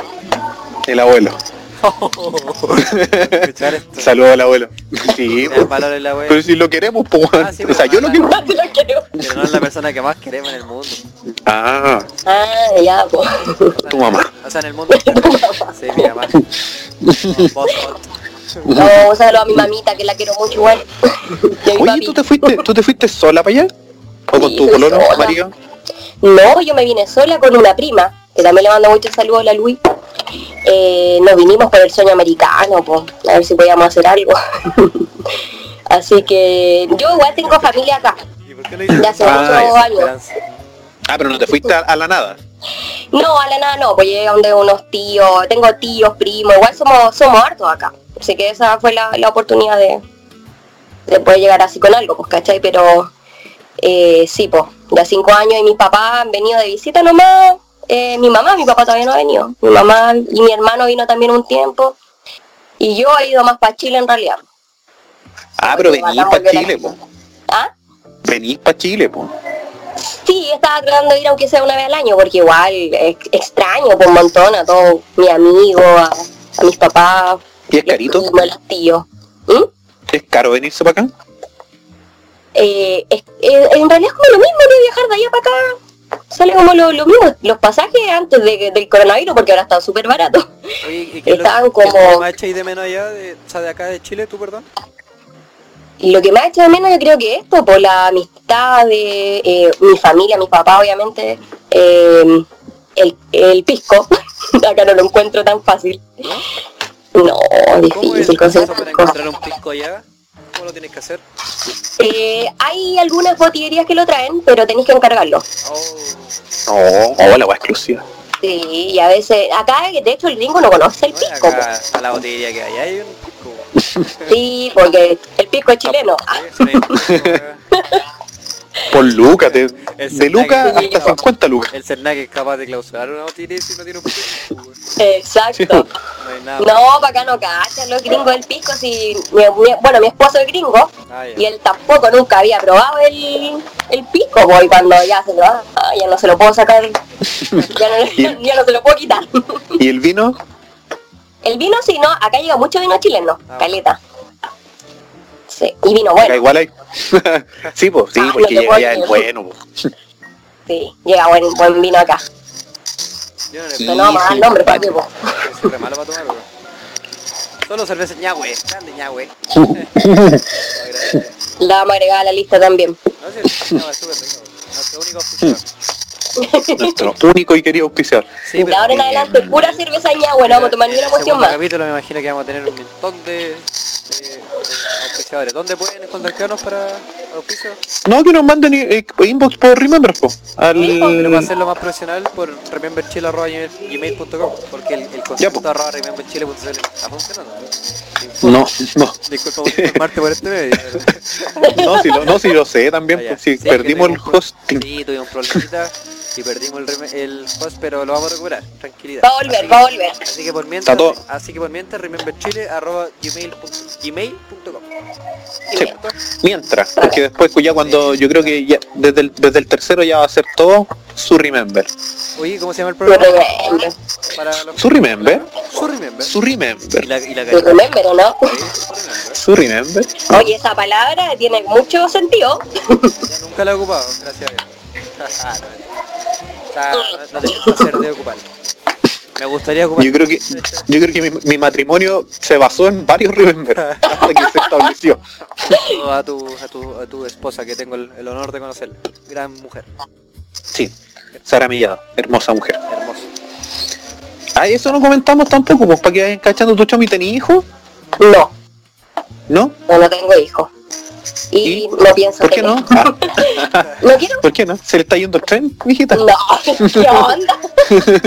Speaker 5: que
Speaker 3: El abuelo.
Speaker 5: es Fe. Escuchar esto.
Speaker 3: Saludos al abuelo. Sí,
Speaker 5: El
Speaker 3: po.
Speaker 5: valor de la wea.
Speaker 3: Pero si lo queremos, pues,
Speaker 5: Ah, sí,
Speaker 3: o sea,
Speaker 5: pues,
Speaker 3: yo lo
Speaker 5: ah,
Speaker 3: quiero.
Speaker 4: Te lo quiero.
Speaker 5: Pero no es la persona que más queremos en el mundo.
Speaker 3: Ah,
Speaker 4: Ah, ya, po.
Speaker 5: O sea,
Speaker 3: Tu mamá.
Speaker 5: O sea, en el mundo. Sí, mi mamá. No, vos, vos.
Speaker 4: No, un saludo a mi mamita, que la quiero mucho igual. Y a mi
Speaker 3: oye,
Speaker 4: papi.
Speaker 3: ¿tú te fuiste, tú te fuiste sola para allá? ¿O con
Speaker 4: Sí,
Speaker 3: tu
Speaker 4: fui
Speaker 3: color
Speaker 4: sola.
Speaker 3: marido?
Speaker 4: No, yo me vine sola con una prima, que también le mando muchos saludos a la Luis. Eh, nos vinimos por el sueño americano, po, a ver si podíamos hacer algo. Así que yo igual tengo familia acá,
Speaker 5: ¿Y por qué lo
Speaker 4: de
Speaker 5: hice?
Speaker 4: hace
Speaker 3: Ah,
Speaker 4: muchos
Speaker 3: ya,
Speaker 4: años.
Speaker 3: Ah, pero no te fuiste a, a la nada.
Speaker 4: No, a la nada no, pues llegué donde unos tíos, tengo tíos, primos, igual somos, somos hartos acá. Así que esa fue la, la oportunidad de, de poder llegar así con algo, pues, ¿cachai? Pero eh, sí, pues, ya cinco años y mis papás han venido de visita nomás. Eh, mi mamá, mi papá todavía no ha venido. Mi mamá y mi hermano vino también un tiempo. Y yo he ido más para Chile en realidad.
Speaker 3: Ah, pero venís
Speaker 4: Acá
Speaker 3: para
Speaker 4: volvió la
Speaker 3: Chile,
Speaker 4: gente.
Speaker 3: po.
Speaker 4: ¿Ah?
Speaker 3: Venís para Chile, po.
Speaker 4: Sí, estaba tratando de ir aunque sea una vez al año, porque igual ex- extraño por un montón a todos mis amigos, a, a mis papás,
Speaker 3: ¿Y es
Speaker 4: los
Speaker 3: carito?
Speaker 4: primos, los tíos. ¿Mm?
Speaker 3: ¿Es caro venirse para acá?
Speaker 4: Eh, es- eh, en realidad es como lo mismo de viajar de allá para acá. Sale como lo, lo mismo, los pasajes antes de- del coronavirus, porque ahora están súper baratos.
Speaker 5: Oye, ¿y qué es lo
Speaker 4: Estaban
Speaker 5: que- qué es lo
Speaker 4: como-
Speaker 5: que más echáis de menos allá? De, o sea, de acá de Chile, tú, perdón.
Speaker 4: Y lo que me ha hecho de menos yo creo que esto, por la amistad de eh, mi familia, mis papás obviamente, eh, el, el pisco, acá no lo encuentro tan fácil. No,
Speaker 5: ¿Cómo es
Speaker 4: difícil
Speaker 5: el proceso
Speaker 4: conseguir
Speaker 5: para
Speaker 4: pisco.
Speaker 5: encontrar un pisco allá? ¿Cómo lo tienes que hacer?
Speaker 4: Eh, hay algunas botillerías que lo traen, pero tenéis que encargarlo.
Speaker 5: Oh,
Speaker 3: No, oh, la wea exclusiva.
Speaker 4: Sí, y a veces, acá de hecho el gringo no conoce el
Speaker 5: no es
Speaker 4: pisco. po.
Speaker 5: acá a la botillería que hay, hay un pisco.
Speaker 4: Sí, porque el pisco es chileno. Ah,
Speaker 5: Sí, sí, hay pisco, weón.
Speaker 3: Por Luca, te-
Speaker 5: El
Speaker 3: de Luca
Speaker 5: Cernac.
Speaker 3: hasta 50 lucas.
Speaker 5: El Cernac es capaz de clausurar una botillería si no tiene un pisco. weón.
Speaker 4: Exacto.
Speaker 5: No hay nada.
Speaker 4: No, para acá no cachan los gringos el pisco. Si mi- mi- bueno, mi esposo es gringo,
Speaker 5: Ah, ya.
Speaker 4: Y él tampoco nunca había probado el, el pisco, po, y cuando ya se lo ah, ya no se lo puedo sacar, ya no, ya no se lo puedo quitar.
Speaker 3: ¿Y el vino?
Speaker 4: El vino sí, no, acá llega mucho vino chileno,
Speaker 5: Ah.
Speaker 4: caleta. Sí, y vino
Speaker 3: Acá
Speaker 4: bueno,
Speaker 3: igual hay. sí, pues, sí,
Speaker 4: Ah,
Speaker 3: porque
Speaker 4: no
Speaker 3: ya,
Speaker 4: te
Speaker 3: ya
Speaker 4: puedo
Speaker 3: es bueno, po.
Speaker 4: sí, llega buen, buen vino acá.
Speaker 5: Yo no le
Speaker 3: Sí,
Speaker 4: Pero no vamos a dar nombre para qué, po.
Speaker 5: soy re malo para tomar, weón. Solo cerveza ñahue, grande ñahue.
Speaker 4: La vamos a agregar a la lista también.
Speaker 5: No, sí, no, es súper rico. weón. Nuestro único oficial.
Speaker 3: Nuestro único y querido auspiciador.
Speaker 5: Sí,
Speaker 4: de ahora en adelante, pura cerveza ñahue, no vamos a tomar ni una cuestión
Speaker 5: segundo
Speaker 4: más.
Speaker 5: capítulo me imagino que vamos a tener un montón de, de, de auspiciadores. ¿Dónde pueden contactarnos para auspicio?
Speaker 3: No, que nos manden eh, inbox por Remember, po,
Speaker 5: Pero para
Speaker 3: al,
Speaker 5: hacerlo más profesional por rememberchile.gmail.com porque el, el
Speaker 3: Ya,
Speaker 5: concepto
Speaker 3: po.
Speaker 5: arroba rememberchile.cl está funcionando. Info-
Speaker 3: No, no,
Speaker 5: Disculpa por informarte por este medio. pero-
Speaker 3: no, si lo, no, si lo sé también,
Speaker 5: Ah, ya.
Speaker 3: pues, si
Speaker 5: Sí, que
Speaker 3: perdimos el
Speaker 5: tuvimos pro-
Speaker 3: hosting.
Speaker 5: Sí, tuvimos un problemita y perdimos el, reme- el host, pero lo vamos a recuperar, tranquilidad.
Speaker 4: Va a volver,
Speaker 5: Así-
Speaker 4: va a volver.
Speaker 5: Así que por
Speaker 3: Está
Speaker 5: mientras,
Speaker 3: todo.
Speaker 5: así que por mientras, rememberchile arroba gmail punto- gmail punto com.
Speaker 3: Sí. Mientras, porque después pues, ya cuando yo creo que ya desde el, desde el tercero ya va a ser todo su remember.
Speaker 5: Oye, ¿cómo se llama el
Speaker 4: Tu
Speaker 5: programa?
Speaker 4: remember,
Speaker 5: Para los-
Speaker 3: Su remember,
Speaker 5: Su remember.
Speaker 3: su
Speaker 5: Y
Speaker 3: remember,
Speaker 5: la, y la
Speaker 4: tu remember, ¿o ¿no?
Speaker 5: calle, su
Speaker 3: su
Speaker 5: remember.
Speaker 3: remember.
Speaker 4: Oye, esa palabra tiene mucho sentido.
Speaker 5: Ya nunca la he ocupado, gracias a Dios. Ah, no, o sea, no- no tengo el placer de ocuparla. Me gustaría ocupar.
Speaker 3: Yo creo que yo creo que mi, mi matrimonio se basó en varios remember hasta que se estableció.
Speaker 5: Saludo a tu, a tu, a tu esposa que tengo el, el honor de conocerla. Gran mujer,
Speaker 3: Sí, Sara Millado, hermosa mujer.
Speaker 5: hermosa.
Speaker 3: Ah, eso no comentamos tampoco, pues para que vayan cachando tu chami tenía hijo,
Speaker 4: No,
Speaker 3: ¿no?
Speaker 4: yo no tengo hijos. Y,
Speaker 3: ¿Y?
Speaker 4: no pienso
Speaker 3: ¿Por qué
Speaker 4: tener.
Speaker 3: no? Ah,
Speaker 4: ¿No quiero?
Speaker 3: ¿Por qué no? ¿Se le está yendo el tren, mijita?
Speaker 4: No, ¿qué onda?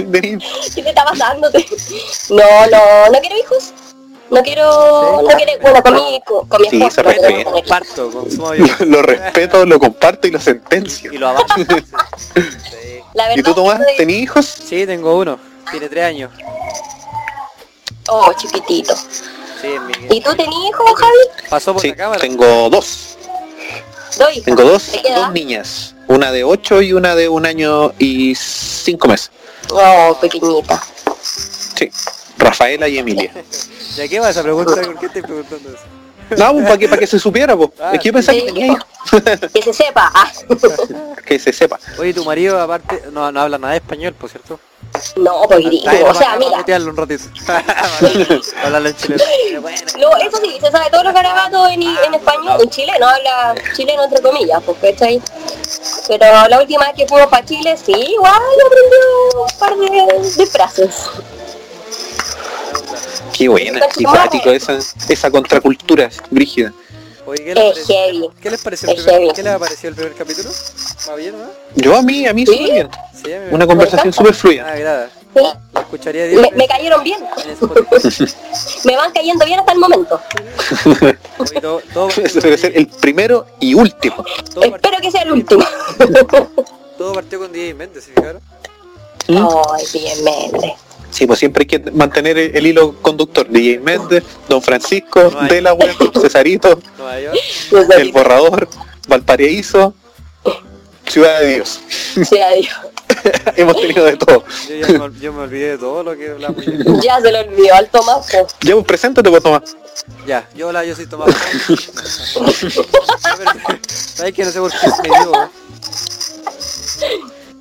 Speaker 3: Denis,
Speaker 4: ¿Qué te está pasando? No, no, no quiero hijos. No quiero, no quiero, bueno, con mi, con, con mi
Speaker 3: Sí,
Speaker 4: esposo.
Speaker 3: se
Speaker 4: pero
Speaker 3: respeta.
Speaker 4: no con mi hijo.
Speaker 5: Comparto, consumo yo.
Speaker 3: lo, lo respeto, lo comparto y lo sentencio.
Speaker 5: Y lo abajo. Sí.
Speaker 4: La verdad
Speaker 3: ¿Y tú, Tomás,
Speaker 4: es que-
Speaker 3: tenías hijos?
Speaker 5: Sí, tengo uno. Tiene tres años.
Speaker 4: Oh, chiquitito.
Speaker 5: Sí, en mi-
Speaker 4: ¿Y tú tenías hijos, Javi?
Speaker 5: Pasó por
Speaker 3: Sí,
Speaker 5: la cámara.
Speaker 3: tengo dos.
Speaker 4: Dos hijos.
Speaker 3: Tengo dos,
Speaker 4: ¿Te queda?
Speaker 3: dos niñas. Una de ocho y una de un año y cinco meses.
Speaker 4: Oh, pequeñita.
Speaker 3: Sí. Rafaela y Emilia.
Speaker 5: ¿Ya qué va esa pregunta? ¿Por qué estoy preguntando eso?
Speaker 3: No, para que, pa' que se supiera, po.
Speaker 5: Ah,
Speaker 3: es que yo pensaba que
Speaker 4: sí.
Speaker 3: tenía hijos.
Speaker 4: Que se sepa. Ah,
Speaker 3: Que se sepa.
Speaker 5: Oye, tu marido aparte no, no habla nada de español, por cierto.
Speaker 4: no, pues
Speaker 5: Ah,
Speaker 4: gringo. O sea,
Speaker 5: vamos a
Speaker 4: mira.
Speaker 5: mutearlo un ratito. Hablarlo en chileno.
Speaker 4: No, eso sí, se sabe todos los garabatos en, en español, en chileno, habla chileno entre comillas, porque está ahí. Pero la última vez que fuimos para Chile, sí, igual aprendió un par de, de frases.
Speaker 3: Qué buena, qué cuático esa, esa contracultura brígida.
Speaker 5: Oye, ¿qué les
Speaker 4: Es
Speaker 5: pareció?
Speaker 4: heavy.
Speaker 5: ¿Qué les pareció el
Speaker 4: Es
Speaker 5: primer,
Speaker 4: heavy.
Speaker 5: ¿qué les pareció el primer capítulo? ¿Va bien, no?
Speaker 3: Yo a mí, a mí
Speaker 4: ¿Sí?
Speaker 3: súper bien.
Speaker 5: Sí, a mí me-
Speaker 3: Una conversación súper fluida.
Speaker 5: Ah, gracias.
Speaker 4: Sí,
Speaker 5: Lo escucharía diez
Speaker 4: me,
Speaker 5: veces
Speaker 4: me cayeron bien,
Speaker 5: en Spotify.
Speaker 4: me van cayendo bien hasta el momento.
Speaker 5: Oye, todo, todo
Speaker 3: Eso debe ser el primero y último.
Speaker 5: todo partió-
Speaker 4: Espero que sea el último.
Speaker 5: Todo partió con DJ Méndez, ¿se fijaron?
Speaker 3: ¿Mm?
Speaker 4: Ay, bien, Méndez.
Speaker 3: Sí, pues siempre hay que mantener el, el hilo conductor. DJ Méndez, Don Francisco,
Speaker 5: No hay.
Speaker 3: Delaware, Cesarito,
Speaker 5: Nueva York.
Speaker 3: El Borrador, Valparaíso, Ciudad de Dios.
Speaker 4: Sea Dios.
Speaker 3: Hemos tenido de todo.
Speaker 5: Yo, ya me, ol- yo me olvidé de todo lo que hablamos. ya.
Speaker 4: Ya se lo olvidó al Tomás. pues.
Speaker 3: Ya, pues preséntate, pues Tomás.
Speaker 5: Ya, yo hola, yo soy Tomás. Sabes que no sé por qué me dio. eh?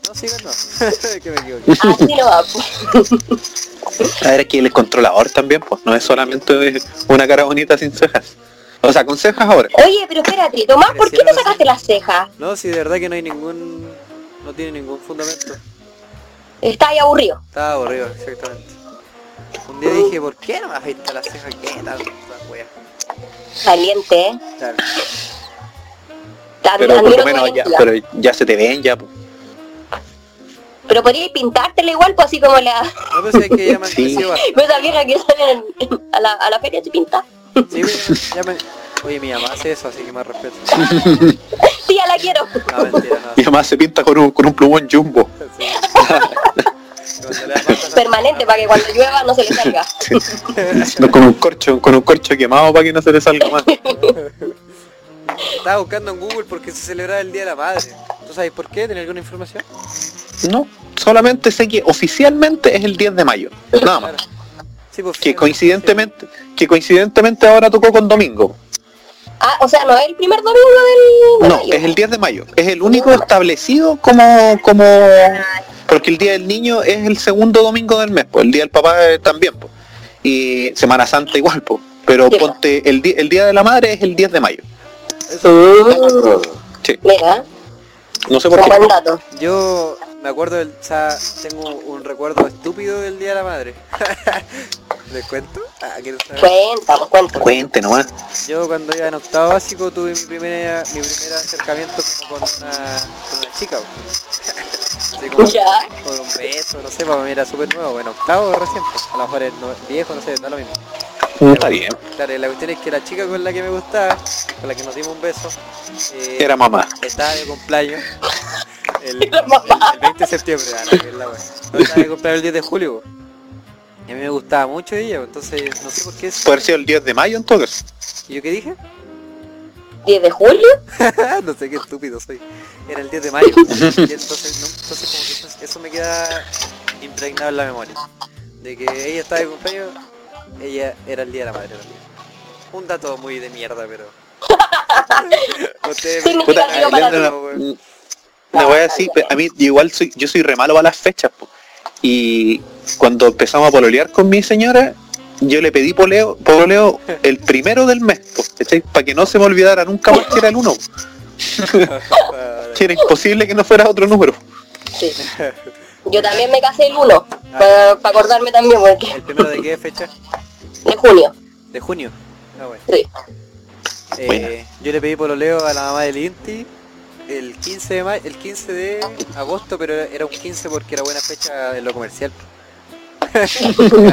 Speaker 5: No, sigan no. que me equivoqué.
Speaker 4: Así no va. pues.
Speaker 3: A ver, aquí el controlador también, pues no es solamente una cara bonita sin cejas. O sea, con cejas ahora.
Speaker 4: Oye, pero espérate, Tomás, ¿por qué te sacaste las cejas?
Speaker 5: No, si de verdad que no hay ningún. No tiene ningún fundamento.
Speaker 4: Está ahí aburrido.
Speaker 5: Estaba aburrido, exactamente. Un día dije, ¿por qué no me afeita la ceja? ¿Qué tal? La wea.
Speaker 4: Caliente, ¿eh?
Speaker 5: Claro.
Speaker 4: Ad-
Speaker 3: Pero por
Speaker 4: admiro
Speaker 3: lo
Speaker 4: tu
Speaker 3: menos ya,
Speaker 4: valentía.
Speaker 3: pero ya se te ven, ya. pues.
Speaker 4: Pero podrías pintártela igual, pues así como la...
Speaker 5: No pensé que ya me han
Speaker 3: Sí.
Speaker 5: crecido bastante.
Speaker 4: Esa vieja que salen a la, a la feria se pinta.
Speaker 5: Sí, me- ya me... Oye, mi mamá hace eso, así que más respeto.
Speaker 4: Tía, la quiero.
Speaker 5: No, mentira, no.
Speaker 3: Y además se pinta con un, con un plumón jumbo.
Speaker 5: Sí. Cuando le da patas,
Speaker 4: Permanente, para que cuando llueva no se le salga.
Speaker 3: No, con un corcho, con un corcho quemado para que no se le salga más.
Speaker 5: Estaba buscando en Google porque se celebraba el Día de la Madre. ¿Tú sabes por qué? ¿Tenés alguna información?
Speaker 3: No, solamente sé que oficialmente es el 10 de mayo. Nada más.
Speaker 5: Sí, pues,
Speaker 3: Que
Speaker 5: fíjate,
Speaker 3: coincidentemente, que coincidentemente ahora tocó con domingo.
Speaker 4: Ah, o sea, no es el primer domingo del...
Speaker 3: No,
Speaker 4: mayo.
Speaker 3: es el 10 de mayo. Es el único establecido como, como, porque el día del niño es el segundo domingo del mes, pues el día del papá eh, también, pues. Y Semana Santa igual, pues. Pero
Speaker 4: Sí, pues.
Speaker 3: ponte, el, di- el día de la madre es el 10 de mayo.
Speaker 4: Mm.
Speaker 3: Sí,
Speaker 4: Mira,
Speaker 3: no sé por
Speaker 4: un
Speaker 3: qué.
Speaker 4: buen dato.
Speaker 5: sí. Yo me me acuerdo del. O sea, tengo un recuerdo estúpido del Día de la Madre. ¿Les cuento? Ah, ¿quieren saber?
Speaker 4: Cuenta, pues cuenta.
Speaker 3: Cuente nomás.
Speaker 5: Yo cuando iba en octavo básico tuve mi primera mi primer acercamiento como con una, con una chica. po. Así como
Speaker 4: Ya.
Speaker 5: con un beso, no sé, para mí era súper nuevo, bueno, octavo recién, po. a lo mejor el no- viejo, no sé, da lo mismo.
Speaker 3: Está bien.
Speaker 5: Claro, y la cuestión es que la chica con la que me gustaba, con la que nos dimos un beso, eh,
Speaker 3: Era mamá.
Speaker 5: estaba de cumpleaños el,
Speaker 4: Era mamá.
Speaker 5: el 20 de septiembre, ah, no, que es la wea. No, estaba de cumpleaños el 10 de julio. po. Y a mí me gustaba mucho ella, po, entonces no sé por qué.
Speaker 3: Puede haber sido el 10 de mayo entonces.
Speaker 5: ¿Y yo qué dije?
Speaker 4: ¿10 de julio?
Speaker 5: no sé qué estúpido soy. Era el 10 de mayo. Y entonces, no, entonces como que eso, eso me queda impregnado en la memoria. De que ella estaba de cumpleaños, ella era el día de la madre también. Un dato muy de mierda, pero. Ustedes me-
Speaker 4: Significativo
Speaker 5: Puta,
Speaker 4: para ti.
Speaker 5: Leandro, no, weón.
Speaker 3: Una wea así, pe- a mí igual soy, yo soy re malo para las fechas. po. Y cuando empezamos a pololear con mi señora, yo le pedí poleo, pololeo el primero del mes, Para que no se me olvidara nunca más que era el uno. Que era imposible que no fuera otro número.
Speaker 4: Sí. Yo también me casé el 1, para acordarme también, porque
Speaker 5: Ah, ¿El primero de qué fecha?
Speaker 4: de junio.
Speaker 5: De junio. Ah, bueno.
Speaker 4: Sí.
Speaker 5: Eh,
Speaker 3: Buena.
Speaker 5: Yo le pedí pololeo a la mamá del Inti el 15 de ma- el 15 de agosto, pero era- era un 15 porque era buena fecha en lo comercial.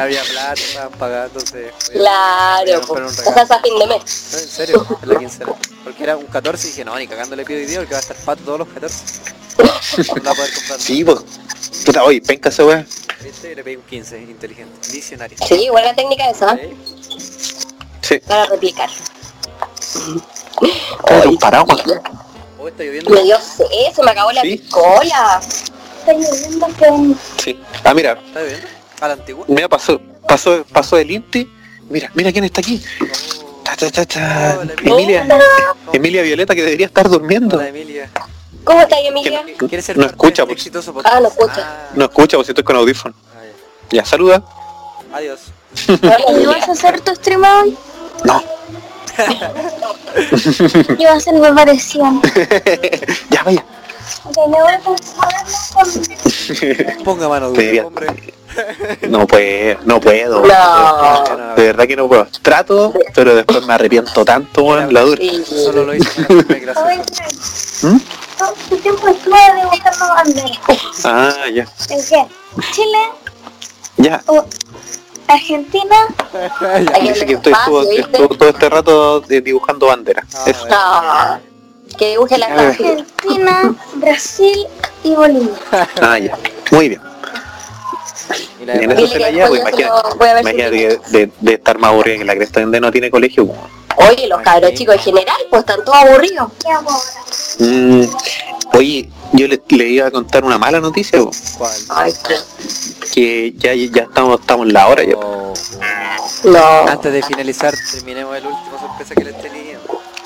Speaker 5: había plata, estaban pagando, se podía- podía
Speaker 4: Claro, pues.
Speaker 5: comprar un
Speaker 4: O sea,
Speaker 5: regalo.
Speaker 4: hasta fin de mes.
Speaker 5: No, en serio, en la quincena. Porque era un 14 y dije, no, ni cagando le pido hoy día porque va a estar pato todos los 14. No va a poder comprar nada.
Speaker 3: Sí, pues. Puta, oye, penca esa wea.
Speaker 5: ¿Viste? Y le pedí un 15, inteligente, visionario.
Speaker 4: Sí, buena técnica esa, ¿eh?
Speaker 5: ¿Eh?
Speaker 3: Sí,
Speaker 4: para replicar.
Speaker 3: era un paraguas.
Speaker 5: Oh, está lloviendo.
Speaker 4: Me dio sed, se me acabó la
Speaker 3: Sí.
Speaker 4: piscola. Está lloviendo con...
Speaker 3: Sí. Ah, mira,
Speaker 5: ¿Está lloviendo? ¿A la antigua?
Speaker 3: mira, pasó, pasó, pasó el Inti. Mira, mira quién está aquí.
Speaker 5: Oh,
Speaker 3: Ta, ta, ta, ta.
Speaker 5: Hola,
Speaker 3: Emilia,
Speaker 4: Hola.
Speaker 3: Emilia Violeta que debería estar durmiendo.
Speaker 5: hola, Emilia.
Speaker 4: ¿Cómo estás, Emilia?
Speaker 3: Que
Speaker 5: ¿Quieres ser
Speaker 3: no
Speaker 5: parte
Speaker 3: escucha,
Speaker 5: de este
Speaker 3: pues.
Speaker 5: exitoso
Speaker 4: Ah, no escucha.
Speaker 5: Ah,
Speaker 3: No escucha, pues si estoy con audífono.
Speaker 5: ah, ya.
Speaker 3: Ya, saluda.
Speaker 5: Adiós.
Speaker 8: ¿Y vas a hacer tu stream hoy?
Speaker 3: No.
Speaker 8: Yo voy a hacerme parecido.
Speaker 3: ya, vaya.
Speaker 8: Que me voy a transformar con-
Speaker 5: Ponga mano dura,
Speaker 3: Debería-
Speaker 5: hombre.
Speaker 3: No puedo, no puedo.
Speaker 4: No.
Speaker 3: De verdad que no puedo. Trato, pero después me arrepiento tanto, weón, la dura.
Speaker 4: Sí.
Speaker 5: Solo lo hice para hacerme gracioso.
Speaker 3: ¿Mm?
Speaker 8: Todo el tiempo estuve dibujando banderas.
Speaker 3: Ah, ya.
Speaker 8: Decía, Chile,
Speaker 3: Ya.
Speaker 8: Argentina,
Speaker 5: Ya.
Speaker 4: Ay,
Speaker 3: Dice que estoy, estuvo,
Speaker 4: espacio, ¿viste?
Speaker 3: estuvo todo este rato eh, dibujando bandera.
Speaker 5: Ah,
Speaker 3: Eso.
Speaker 5: bueno.
Speaker 4: Ah, Que dibuje la
Speaker 3: A ver.
Speaker 4: fácil.
Speaker 8: Argentina, Brasil y Bolivia.
Speaker 3: Ah, ya. Muy bien.
Speaker 5: Y la
Speaker 3: Y en
Speaker 5: demás-
Speaker 3: eso se
Speaker 4: Dile que
Speaker 3: la llevo.
Speaker 4: después yo se lo
Speaker 3: Imagínate,
Speaker 4: voy a ver si
Speaker 3: imagínate
Speaker 4: tiene.
Speaker 3: que de, de estar más aburrida que la cresta donde no tiene colegio. weón.
Speaker 4: Oye, los cabros
Speaker 5: Sí.
Speaker 4: chicos en general, pues están todos aburridos.
Speaker 8: ¿Qué hago ahora?
Speaker 3: Mm, oye, yo le, le iba a contar una mala noticia, weón,
Speaker 5: ¿Cuál?
Speaker 4: Ay, qué...
Speaker 3: que ya, ya estamos, estamos en la hora. Ya.
Speaker 5: Oh.
Speaker 4: No.
Speaker 3: Ah,
Speaker 5: Antes de finalizar, terminemos el último sorpresa que les tenía.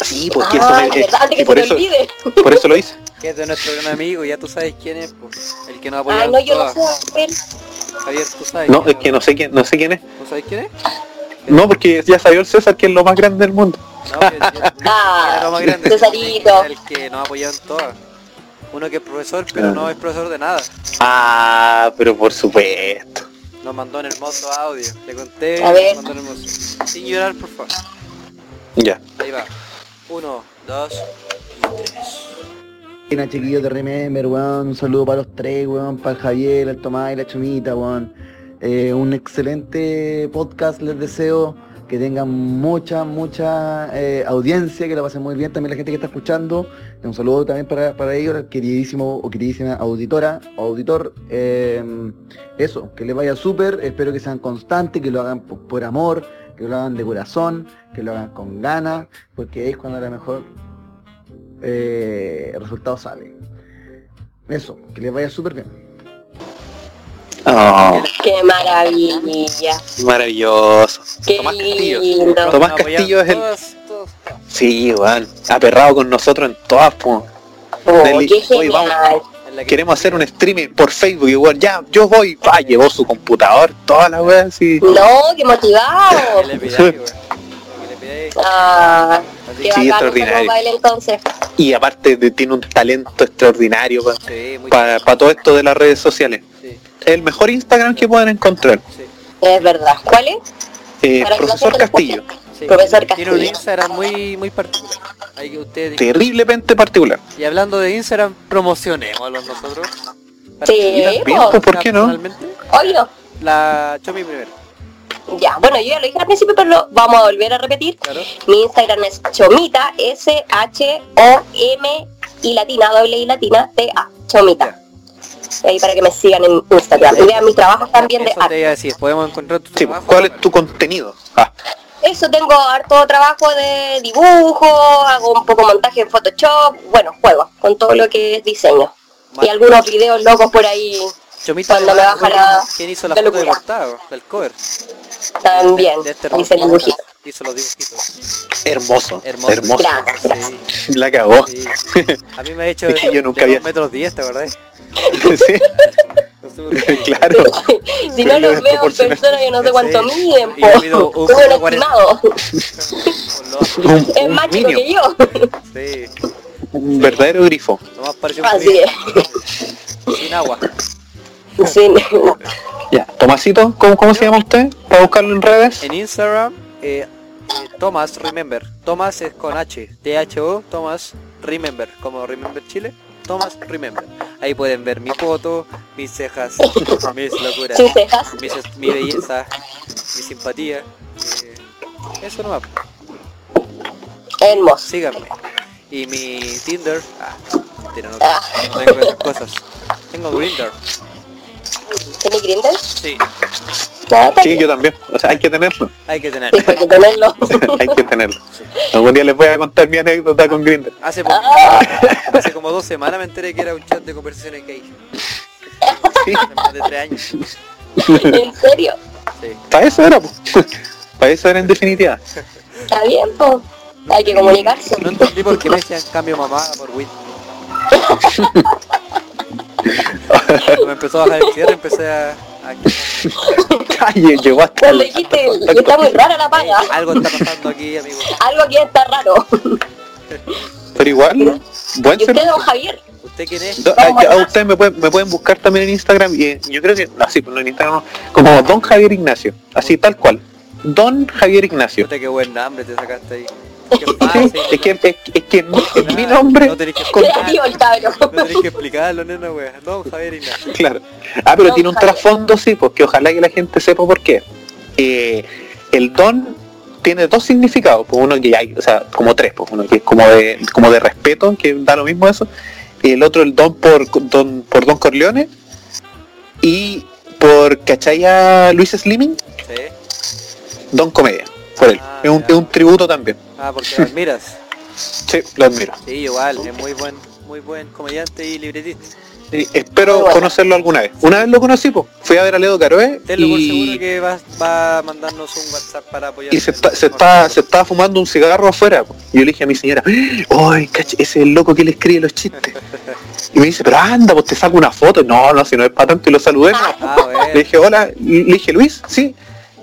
Speaker 3: Sí, porque eso
Speaker 4: Ay,
Speaker 3: me-
Speaker 4: de
Speaker 3: eh,
Speaker 4: Ah, verdad, antes
Speaker 3: y
Speaker 4: que se
Speaker 3: por
Speaker 4: me
Speaker 3: eso,
Speaker 4: olvide.
Speaker 3: por eso lo hice.
Speaker 5: Que es de nuestro gran amigo, ya tú sabes quién es, pues. El que nos apoyó.
Speaker 4: Ay,
Speaker 5: en
Speaker 4: Ah, no, yo no
Speaker 5: todas.
Speaker 4: sé hacer.
Speaker 5: Javier, tú sabes.
Speaker 3: No, es
Speaker 5: quién
Speaker 3: que no sé quién, no sé quién es.
Speaker 5: ¿Tú sabes quién es?
Speaker 3: No, porque ya salió el César que es lo más grande del mundo.
Speaker 5: No, que- que-
Speaker 4: Ah,
Speaker 5: era lo más grande.
Speaker 4: Cesarito.
Speaker 5: El que nos apoyó en todas. Uno que es profesor, pero no es profesor de nada.
Speaker 3: Ah, pero por supuesto.
Speaker 5: Nos mandó un hermoso audio. Le conté,
Speaker 4: A ver.
Speaker 5: nos mandó un hermoso. Sin llorar, por favor.
Speaker 3: Ya.
Speaker 5: Ahí va. Uno, dos.
Speaker 9: Buena chiquillos de Remember, weón. Un saludo para los tres, weón. Para el Javier, el Tomás y la Chumita, weón. Eh, un excelente podcast, les deseo. Que tengan mucha, mucha eh, audiencia, que la pasen muy bien. También la gente que está escuchando. Un saludo también para, para ellos, al queridísimo o queridísima auditora o auditor. Eh, eso, que les vaya súper. Espero que sean constantes, que lo hagan por, por amor, que lo hagan de corazón, que lo hagan con ganas, porque es cuando a lo mejor eh, resultado sale. Eso, que les vaya súper bien.
Speaker 3: Oh,
Speaker 4: Qué maravilla.
Speaker 3: maravilloso.
Speaker 4: Qué
Speaker 3: Tomás Castillo.
Speaker 4: lindo.
Speaker 3: Tomás
Speaker 5: Nos apoyaron
Speaker 3: Castillo es el-
Speaker 5: todas, todas, todas.
Speaker 3: Sí, weón. Aperrado con nosotros en todas, po.
Speaker 4: Oh,
Speaker 3: Deli-
Speaker 4: qué
Speaker 3: Oye, vamos.
Speaker 4: genial.
Speaker 5: En la que-
Speaker 3: Queremos hacer un streaming por Facebook, y, weón. Ya, yo voy. Pa, llevó su computador, todas las weas, sí.
Speaker 4: No, qué motivado.
Speaker 5: que le pidáis, güey. Que le pidáis.
Speaker 4: Ah,
Speaker 5: Así
Speaker 4: Qué
Speaker 5: que
Speaker 3: Sí,
Speaker 4: bacán,
Speaker 3: extraordinario.
Speaker 4: cómo baila entonces.
Speaker 3: Y aparte de- tiene un talento extraordinario para
Speaker 5: se ve muy
Speaker 3: todo esto de las redes sociales.
Speaker 5: Sí,
Speaker 3: El mejor Instagram que pueden encontrar.
Speaker 5: sí,
Speaker 4: Es verdad. ¿Cuál es?
Speaker 3: Eh,
Speaker 4: Para que la
Speaker 3: profesor
Speaker 4: gente lo
Speaker 3: Castillo.
Speaker 5: sí.
Speaker 4: Profesor
Speaker 5: Tiene un
Speaker 4: Castillo.
Speaker 5: Instagram muy, muy particular. Ahí que ustedes
Speaker 3: Terriblemente particular.
Speaker 5: Y hablando de Instagram, promocionémoslo nosotros.
Speaker 4: Sí,
Speaker 3: Bien,
Speaker 4: po.
Speaker 3: pues, ¿por qué no?
Speaker 5: Personalmente,
Speaker 4: obvio.
Speaker 5: La Chomi primero,
Speaker 4: Ya, bueno, yo ya lo dije al principio, pero lo vamos a volver a repetir.
Speaker 5: claro.
Speaker 4: Mi Instagram es chomita, S-H-O-M y latina, doble y latina, T-A, chomita. Ahí para que me sigan en Instagram. Y vean mis trabajos también de
Speaker 5: Eso te
Speaker 4: arte.
Speaker 5: iba a decir, podemos encontrar tu
Speaker 3: Sí,
Speaker 5: trabajo.
Speaker 3: ¿Cuál es tu contenido? Ah,
Speaker 4: Eso tengo harto trabajo de dibujo, hago un poco montaje en Photoshop, bueno, juego con todo lo que es diseño. Y algunos videos locos por ahí
Speaker 5: Chomita,
Speaker 4: cuando me baja la-
Speaker 5: ¿Quién hizo la
Speaker 4: la
Speaker 5: foto de
Speaker 4: locura.
Speaker 5: portada? Del cover.
Speaker 4: también.
Speaker 5: De este
Speaker 4: Hice el
Speaker 5: hermoso-
Speaker 4: dibujito.
Speaker 5: Hizo los dibujitos.
Speaker 3: hermoso.
Speaker 5: Hermoso.
Speaker 3: Hermoso.
Speaker 4: Gracias, gracias.
Speaker 3: La cagó.
Speaker 5: Sí, A mí me ha hecho
Speaker 3: Oh. Es que yo
Speaker 5: de
Speaker 3: nunca
Speaker 5: dos
Speaker 3: había-
Speaker 5: metros 10, ¿te acordás?
Speaker 3: Sí,
Speaker 5: No sé por qué.
Speaker 3: claro.
Speaker 4: Si no los veo en
Speaker 3: Proporcional.
Speaker 4: persona, yo no sé cuánto
Speaker 5: Sí.
Speaker 4: miden,
Speaker 5: Y yo mido
Speaker 4: po.
Speaker 5: un
Speaker 4: Tuve un
Speaker 5: metro cuarenta.
Speaker 4: estimado.
Speaker 5: Con los-
Speaker 3: Un,
Speaker 4: Es
Speaker 3: un
Speaker 4: más chico
Speaker 3: minio,
Speaker 4: que yo.
Speaker 5: Sí,
Speaker 3: un verdadero grifo.
Speaker 5: nomás pareció un
Speaker 4: Así es.
Speaker 5: poquito sin agua.
Speaker 4: Sí,
Speaker 3: Ya, Tomasito, ¿cómo, cómo se llama usted? Para buscarlo en redes.
Speaker 5: En Instagram, eh, eh, Thomas Remember. Thomas es con H. T-H-O, Thomas Remember. Como Remember Chile. Thomas Remember. Ahí pueden ver mi foto, mis cejas, mis locuras,
Speaker 4: sin cejas.
Speaker 5: mis- mi belleza, mi simpatía. eh, eso nomás,
Speaker 4: Hermoso.
Speaker 5: síganme. Y mi Tinder. Ah, mentira, no, no tengo esas cosas. Tengo Grinder.
Speaker 4: ¿Tiene Grindr?
Speaker 5: Sí,
Speaker 4: No,
Speaker 3: Sí, yo también. O sea, hay que tenerlo.
Speaker 5: hay que tener.
Speaker 4: Sí, porque tenerlo.
Speaker 3: hay que tenerlo. Algún día les voy a contar mi anécdota con Grindr.
Speaker 5: Hace, po- hace como dos semanas me enteré que era un chat de conversaciones gay.
Speaker 3: Sí.
Speaker 5: Hace más de tres años.
Speaker 4: ¿En serio?
Speaker 5: Sí.
Speaker 3: Para eso era, po. Para eso era en definitiva.
Speaker 4: Está bien, po. Hay que comunicarse.
Speaker 5: Mm. No entendí por qué me decían cambio mamada por Win. Cuando me empezó a bajar el cierre, empecé a... a-
Speaker 3: Ay, llegó hasta
Speaker 4: Cuando
Speaker 3: el...
Speaker 4: dijiste, "Y está muy rara la paga.
Speaker 5: Algo está pasando aquí, amigo.
Speaker 4: Algo aquí está raro.
Speaker 3: Pero igual, buen
Speaker 4: ¿Y usted,
Speaker 3: servicio.
Speaker 4: don Javier?
Speaker 5: ¿Usted quién es?
Speaker 3: Do- A, a ustedes me pueden, me pueden buscar también en Instagram y en- yo creo que no, sí, pero en Instagram no, como Don Javier Ignacio, así tal cual. Don Javier Ignacio.
Speaker 5: Puta, qué buen nombre te sacaste ahí. Qué fácil.
Speaker 3: Es que, es, que- es que mi-
Speaker 5: Nada,
Speaker 3: mi nombre,
Speaker 5: Ah, No tenés que
Speaker 4: Creativo
Speaker 5: explicarlo.
Speaker 4: el cabro.
Speaker 5: No tenés que explicarlo, nena, wea. No, Javier Ignacio.
Speaker 3: claro. Ah, pero
Speaker 4: Don
Speaker 3: tiene un
Speaker 4: Javier.
Speaker 3: trasfondo, sí, porque ojalá que la gente sepa por qué. Eh, el don tiene dos significados, pues uno que hay, o sea, como tres, pues uno que es como de, como de respeto, que da lo mismo eso, y el otro el don por don, por don Corleone y por Cachaya Luis Slimming.
Speaker 5: Sí.
Speaker 3: Don Comedia, por él.
Speaker 5: Ah,
Speaker 3: es, un,
Speaker 5: ya.
Speaker 3: es un tributo también.
Speaker 5: Ah, porque lo admiras.
Speaker 3: Sí, lo admiro.
Speaker 5: Sí, igual. Es muy buen, muy buen comediante y libretista.
Speaker 3: Sí, espero
Speaker 4: Muy bueno.
Speaker 3: conocerlo alguna vez. Una vez lo conocí, po. fui a ver a Ledo Caroe
Speaker 5: Tenlo por seguro
Speaker 3: y,
Speaker 5: que va, va a mandarnos un WhatsApp para apoyar.
Speaker 3: y se, está- se, está, se estaba fumando un cigarro afuera. po. Y yo le dije a mi señora, "¡Ah! ¡ay, cacha, ese es el loco que le escribe los chistes! Y me dice, pero anda, pues te saco una foto. No, no, si no es para tanto. Y lo saludé. no.
Speaker 5: Ah, bueno.
Speaker 3: Le dije, hola, le dije, Luis, sí.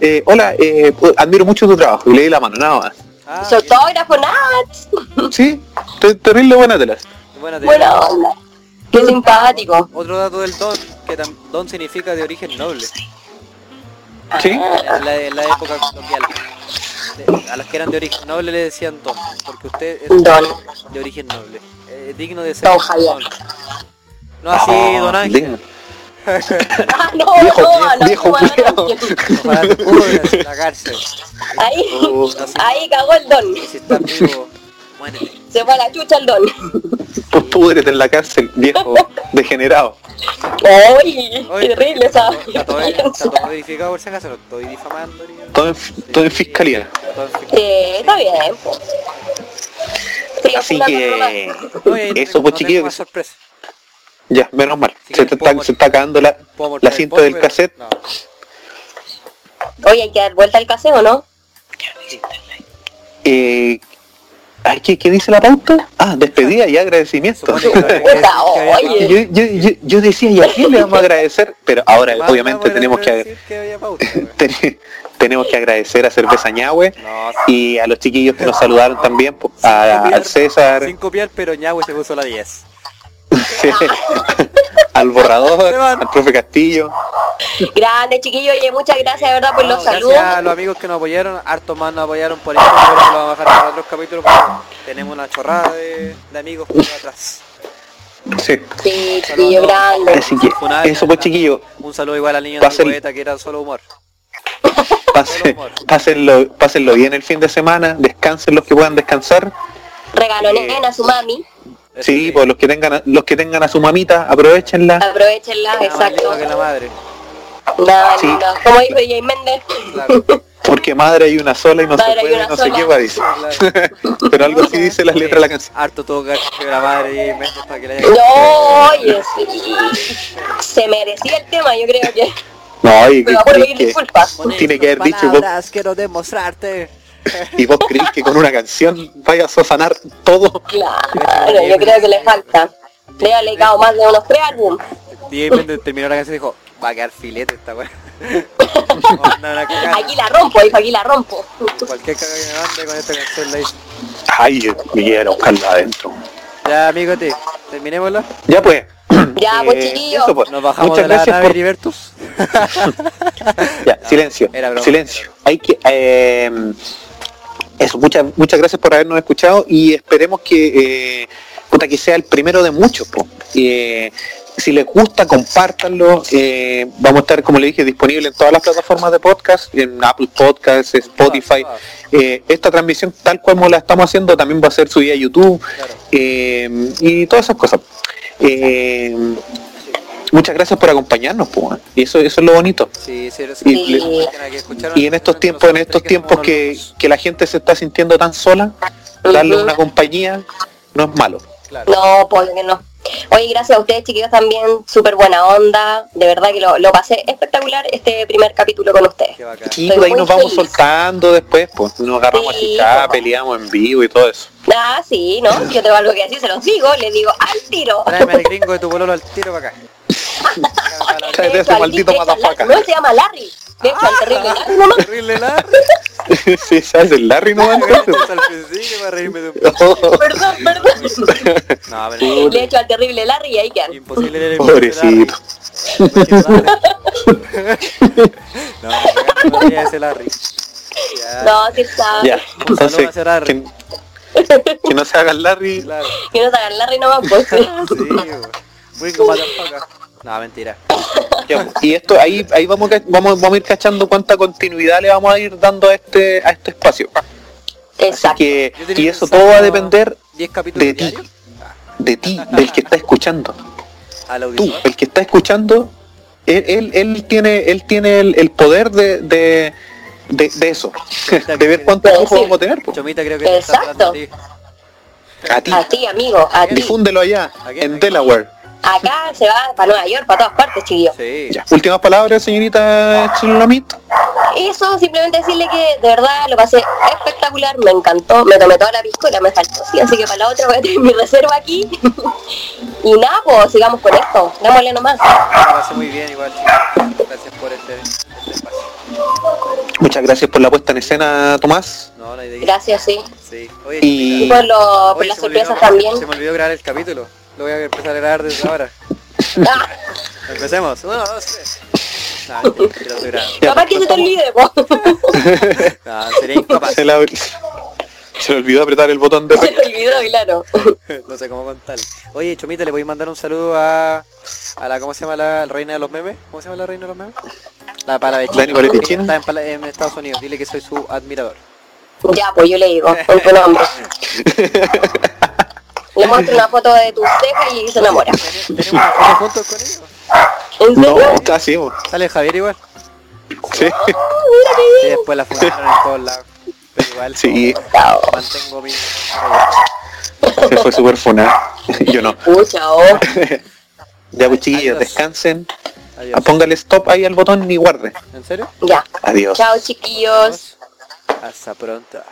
Speaker 3: eh, hola, eh, admiro mucho tu trabajo. Y le di la mano, nada más.
Speaker 5: Ah,
Speaker 4: Su autógrafo, nada.
Speaker 3: Sí, te- terrible buena tela.
Speaker 5: bien. Buena teoría.
Speaker 4: Buena onda. Qué simpático.
Speaker 5: Otro dato del don, que tam- don significa de origen noble,
Speaker 3: Sí,
Speaker 5: en la, en la época colonial. De- A los que eran de origen noble le decían don, porque usted es
Speaker 4: Don.
Speaker 5: de origen noble, eh, digno de ser
Speaker 4: Don Javier.
Speaker 5: noble. No así,
Speaker 3: Ah,
Speaker 5: don Ángel.
Speaker 3: bien.
Speaker 4: Ah, no,
Speaker 3: Viejo,
Speaker 4: no,
Speaker 3: viejo,
Speaker 4: no, no,
Speaker 3: viejo.
Speaker 5: Ojalá te pudras la cárcel.
Speaker 4: Ahí,
Speaker 3: Oh.
Speaker 4: ahí cagó el don.
Speaker 5: Y si estás vivo, muérete.
Speaker 4: Se fue a la chucha el don.
Speaker 3: Pues púdrete en la cárcel, viejo degenerado.
Speaker 4: ¡Uy!
Speaker 5: Oye,
Speaker 4: ¡Qué terrible esa!
Speaker 5: Está todo, está todo edificado por si acaso, no estoy difamando. ni nada.
Speaker 3: Todo en, todo en fiscalía.
Speaker 5: Todo en fiscalía.
Speaker 4: Eh, está bien. po. Sigue
Speaker 3: Así
Speaker 4: jugando con la-
Speaker 3: que
Speaker 5: No, y ahí no
Speaker 3: eso pues
Speaker 5: tengo- no tengo
Speaker 3: chiquillos,
Speaker 5: más sorpresa.
Speaker 3: ya, menos mal.
Speaker 5: Si
Speaker 3: se,
Speaker 5: quieres
Speaker 3: te
Speaker 5: puedo
Speaker 3: está, se está acabando la,
Speaker 5: Puedo mostrar
Speaker 3: la
Speaker 5: el
Speaker 3: cinta
Speaker 5: post,
Speaker 3: del
Speaker 5: pero-
Speaker 3: cassette.
Speaker 5: no.
Speaker 4: Oye, hay que dar vuelta al caseo, ¿no?
Speaker 3: Eh, ay, ¿qué, qué dice la pauta? Ah, despedida y agradecimiento.
Speaker 5: Supone que lo había-
Speaker 4: Puta,
Speaker 5: que había-
Speaker 4: oye.
Speaker 3: Yo, yo, yo, yo decía, ¿y a quién le vamos a agradecer? Pero ahora
Speaker 5: Más
Speaker 3: obviamente
Speaker 5: nada
Speaker 3: tenemos
Speaker 5: podría
Speaker 3: que,
Speaker 5: decir que había pauta, güey.
Speaker 3: ten- tenemos que agradecer a Cerveza Ñahue
Speaker 5: No,
Speaker 3: y a los chiquillos que nos saludaron también, po- a- al César,
Speaker 5: sin copiar, pero Ñahue se puso la 10.
Speaker 3: al Borrador,
Speaker 5: Esteban.
Speaker 3: al Profe Castillo.
Speaker 4: Grande, chiquillo, oye, muchas gracias de verdad por los
Speaker 5: No, gracias
Speaker 4: saludos.
Speaker 5: a los amigos que nos apoyaron, hartos más nos apoyaron por eso, pero lo vamos a dejar para otros capítulos porque tenemos una chorrada de, de amigos por atrás.
Speaker 3: Sí.
Speaker 4: Sí, chiquillo, grande.
Speaker 3: Así que eso pues chiquillos,
Speaker 5: Un saludo igual al niño de
Speaker 3: Pásen-
Speaker 5: poeta que era solo humor.
Speaker 3: pase- pásenlo, pásenlo bien el fin de semana, descansen los que puedan descansar.
Speaker 4: Regaló nena a su mami,
Speaker 3: Sí, pues los que tengan a, los que tengan a su mamita, aprovechenla.
Speaker 4: aprovechenla,
Speaker 5: Nada más lindo
Speaker 4: Ah, exacto.
Speaker 5: que la madre.
Speaker 4: Nada,
Speaker 3: Sí.
Speaker 4: lindo. Como dijo Jay Méndez,
Speaker 5: Claro,
Speaker 3: Porque madre hay una sola y no
Speaker 4: Madre
Speaker 3: se
Speaker 4: hay
Speaker 3: puede,
Speaker 4: una
Speaker 3: no sé
Speaker 4: sola.
Speaker 3: qué va dice.
Speaker 5: claro.
Speaker 3: Pero algo así pues, dice las letras de la canción.
Speaker 5: Harto todo cacho de la madre y menos para que le haya
Speaker 4: no, oye, sí. Se merecía el tema, yo creo que.
Speaker 3: No, y,
Speaker 4: Pero abuelo,
Speaker 3: creí
Speaker 4: pedir
Speaker 3: que-
Speaker 4: disculpas.
Speaker 3: tiene que haber dicho pues. vos,
Speaker 5: palabras, quiero demostrarte.
Speaker 3: y vos creís que con una canción vayas a sanar todo.
Speaker 4: Claro, yo creo que le falta. Le ha legado más de unos tres álbumes.
Speaker 5: DJ Mendes terminó la canción y dijo, va a quedar filete esta weá. Vamos a andar a la cagada.
Speaker 4: Aquí la rompo, dijo, aquí la rompo.
Speaker 5: Cualquier caga que me mande con esta canción la hice.
Speaker 3: Ay, me quiero buscarla adentro.
Speaker 5: Ya amigo te, terminémosla.
Speaker 3: Ya pues.
Speaker 4: Ya, pues, chiquillos.
Speaker 3: eso, pues.
Speaker 5: Nos bajamos
Speaker 3: Muchas
Speaker 5: de la
Speaker 3: gracias
Speaker 5: nave
Speaker 3: por
Speaker 5: Heribertus.
Speaker 3: Ya, silencio.
Speaker 5: era broma,
Speaker 3: silencio. Hay que eh, eso, muchas muchas gracias por habernos escuchado y esperemos que eh, puta, que sea el primero de muchos. po. Eh, si les gusta, compártanlo. eh, vamos a estar, como le dije, disponible en todas las plataformas de podcast, en Apple Podcasts, Spotify.
Speaker 5: Ah, ah,
Speaker 3: Eh, esta transmisión, tal como la estamos haciendo, también va a ser subida a YouTube
Speaker 5: claro.
Speaker 3: eh, y todas esas cosas. Eh, muchas gracias por acompañarnos, po, eh. y eso, eso es lo bonito
Speaker 5: Sí, sí, eres-
Speaker 3: Y
Speaker 5: sí.
Speaker 4: le-
Speaker 5: Era que escucharon-
Speaker 3: y en estos tiempos en estos tiempos que, que la gente se está sintiendo tan sola darle
Speaker 4: Ujú.
Speaker 3: una compañía no es malo
Speaker 5: Claro.
Speaker 4: No, pues que no. Oye, gracias a ustedes, chiquillos, también. Súper buena onda. De verdad que lo, lo pasé espectacular este primer capítulo con ustedes.
Speaker 5: Qué bacán.
Speaker 3: y
Speaker 4: Estoy
Speaker 3: ahí
Speaker 4: muy
Speaker 3: nos vamos
Speaker 4: feliz.
Speaker 3: soltando después pues nos agarramos
Speaker 4: Sí, pues.
Speaker 3: a chicar
Speaker 4: papá.
Speaker 3: peleamos en vivo y todo eso
Speaker 4: Ah, sí, ¿no? Yo tengo algo que decir, se los digo, les digo al tiro.
Speaker 5: Tráeme al gringo de tu bololo al tiro para acá.
Speaker 3: Tráete
Speaker 4: De hecho,
Speaker 5: este
Speaker 3: ese
Speaker 4: al-
Speaker 3: maldito
Speaker 4: de hecho, al-
Speaker 3: motherfucker.
Speaker 4: No, se llama Larry. De hecho,
Speaker 5: Ah.
Speaker 4: al terrible Larry nomás.
Speaker 5: Terrible la.
Speaker 3: sí sabes el Larry no entonces
Speaker 5: Al principio para reírme de un
Speaker 3: Oh,
Speaker 4: Perdón, perdón.
Speaker 5: No, pero
Speaker 4: Le hecho al terrible Larry y ahí quedan.
Speaker 5: imposible leer el
Speaker 3: Pobrecito.
Speaker 5: No, no, no leía ese Larry. Ya,
Speaker 4: No, sí está.
Speaker 3: ya
Speaker 5: Un saludo
Speaker 3: entonces
Speaker 5: hacia Larry.
Speaker 3: que, que no se haga el Larry
Speaker 5: Claro.
Speaker 4: Que no se hagan Larry nomás, pues.
Speaker 5: Sí, bo. Gringo motherfucker. No, mentira.
Speaker 3: Ya, pues. y esto ahí ahí vamos ca- vamos vamos a ir cachando cuánta continuidad le vamos a ir dando a este a este espacio
Speaker 4: Exacto.
Speaker 3: que
Speaker 5: Yo tenía
Speaker 3: y eso todo va a
Speaker 5: pensado
Speaker 3: depender
Speaker 5: 10 capítulos
Speaker 3: de ti
Speaker 5: diarios
Speaker 3: de ti del que está escuchando
Speaker 5: al
Speaker 3: tú,
Speaker 5: auditor.
Speaker 3: el que está escuchando, él, él, él tiene, él tiene el, el poder de, de, de, de eso, de ver cuánto
Speaker 4: Pero
Speaker 3: tiempo
Speaker 4: sí.
Speaker 3: vamos a tener. po.
Speaker 5: Chomita creo que te está
Speaker 4: Exacto.
Speaker 5: hablando
Speaker 3: A
Speaker 5: a ti.
Speaker 3: ti,
Speaker 4: A ti, amigo, a ti.
Speaker 3: difúndelo allá,
Speaker 5: Aquí,
Speaker 3: en
Speaker 5: aquí.
Speaker 3: Delaware.
Speaker 4: Acá se va para Nueva York, para todas partes, chiquillos.
Speaker 5: Sí.
Speaker 3: Ya. Últimas palabras, señorita Chulamit.
Speaker 4: Eso, simplemente decirle que de verdad lo pasé espectacular, me encantó, me tomé toda la piscola, me faltó, sí, así que para la otra voy a tener mi reserva aquí. y nada, pues sigamos con esto, démosle nomás.
Speaker 5: La pasé muy bien igual, chicos. Gracias por este, este espacio.
Speaker 3: Muchas gracias por la puesta en escena, Tomás.
Speaker 5: No, no hay de qué.
Speaker 4: Gracias, sí.
Speaker 5: Sí. Oye,
Speaker 3: Y-
Speaker 4: Y por, lo, por
Speaker 5: Oye,
Speaker 4: las
Speaker 5: se me olvidó-
Speaker 4: sorpresas también.
Speaker 5: Se me olvidó grabar el capítulo. Lo voy a empezar a grabar desde ahora.
Speaker 4: Ah,
Speaker 5: Empecemos. Uno, dos, tres. No, mentira, que lo estoy grabando.
Speaker 3: Ya,
Speaker 4: capaz que se te olvide, po.
Speaker 5: No, sería incapaz.
Speaker 3: Se, la- se le olvidó apretar el botón
Speaker 4: se
Speaker 3: de...
Speaker 4: te olvidó, claro.
Speaker 5: No sé cómo contar. Oye, Chomita, le voy a mandar un saludo a, a la, ¿cómo se llama la reina de los memes? ¿Cómo se llama la reina de los memes? La para de
Speaker 3: Dani Paletti Chino.
Speaker 5: Está en, Pala- en Estados Unidos. Dile que soy su admirador.
Speaker 4: Ya, pues yo le digo, con tu nombre. Le muestro una foto de tu ceja y se enamora.
Speaker 5: ¿Tenemos una foto juntos con ellos?
Speaker 4: ¿En
Speaker 3: No,
Speaker 4: serio?
Speaker 3: está así, po.
Speaker 5: Sale Javier igual.
Speaker 3: sí,
Speaker 5: Y después la fundaron en todos lados. Pero igual.
Speaker 3: sí,
Speaker 5: Mantengo mi...
Speaker 3: se fue súper funado. Yo no.
Speaker 4: Pucha, oh.
Speaker 3: Ya, pues, chiquillos,
Speaker 5: Adiós.
Speaker 3: descansen.
Speaker 5: Adiós.
Speaker 3: Póngale stop ahí al botón y guarde.
Speaker 5: ¿En serio?
Speaker 4: Ya.
Speaker 3: Adiós.
Speaker 4: Chao, chiquillos.
Speaker 5: Hasta pronto.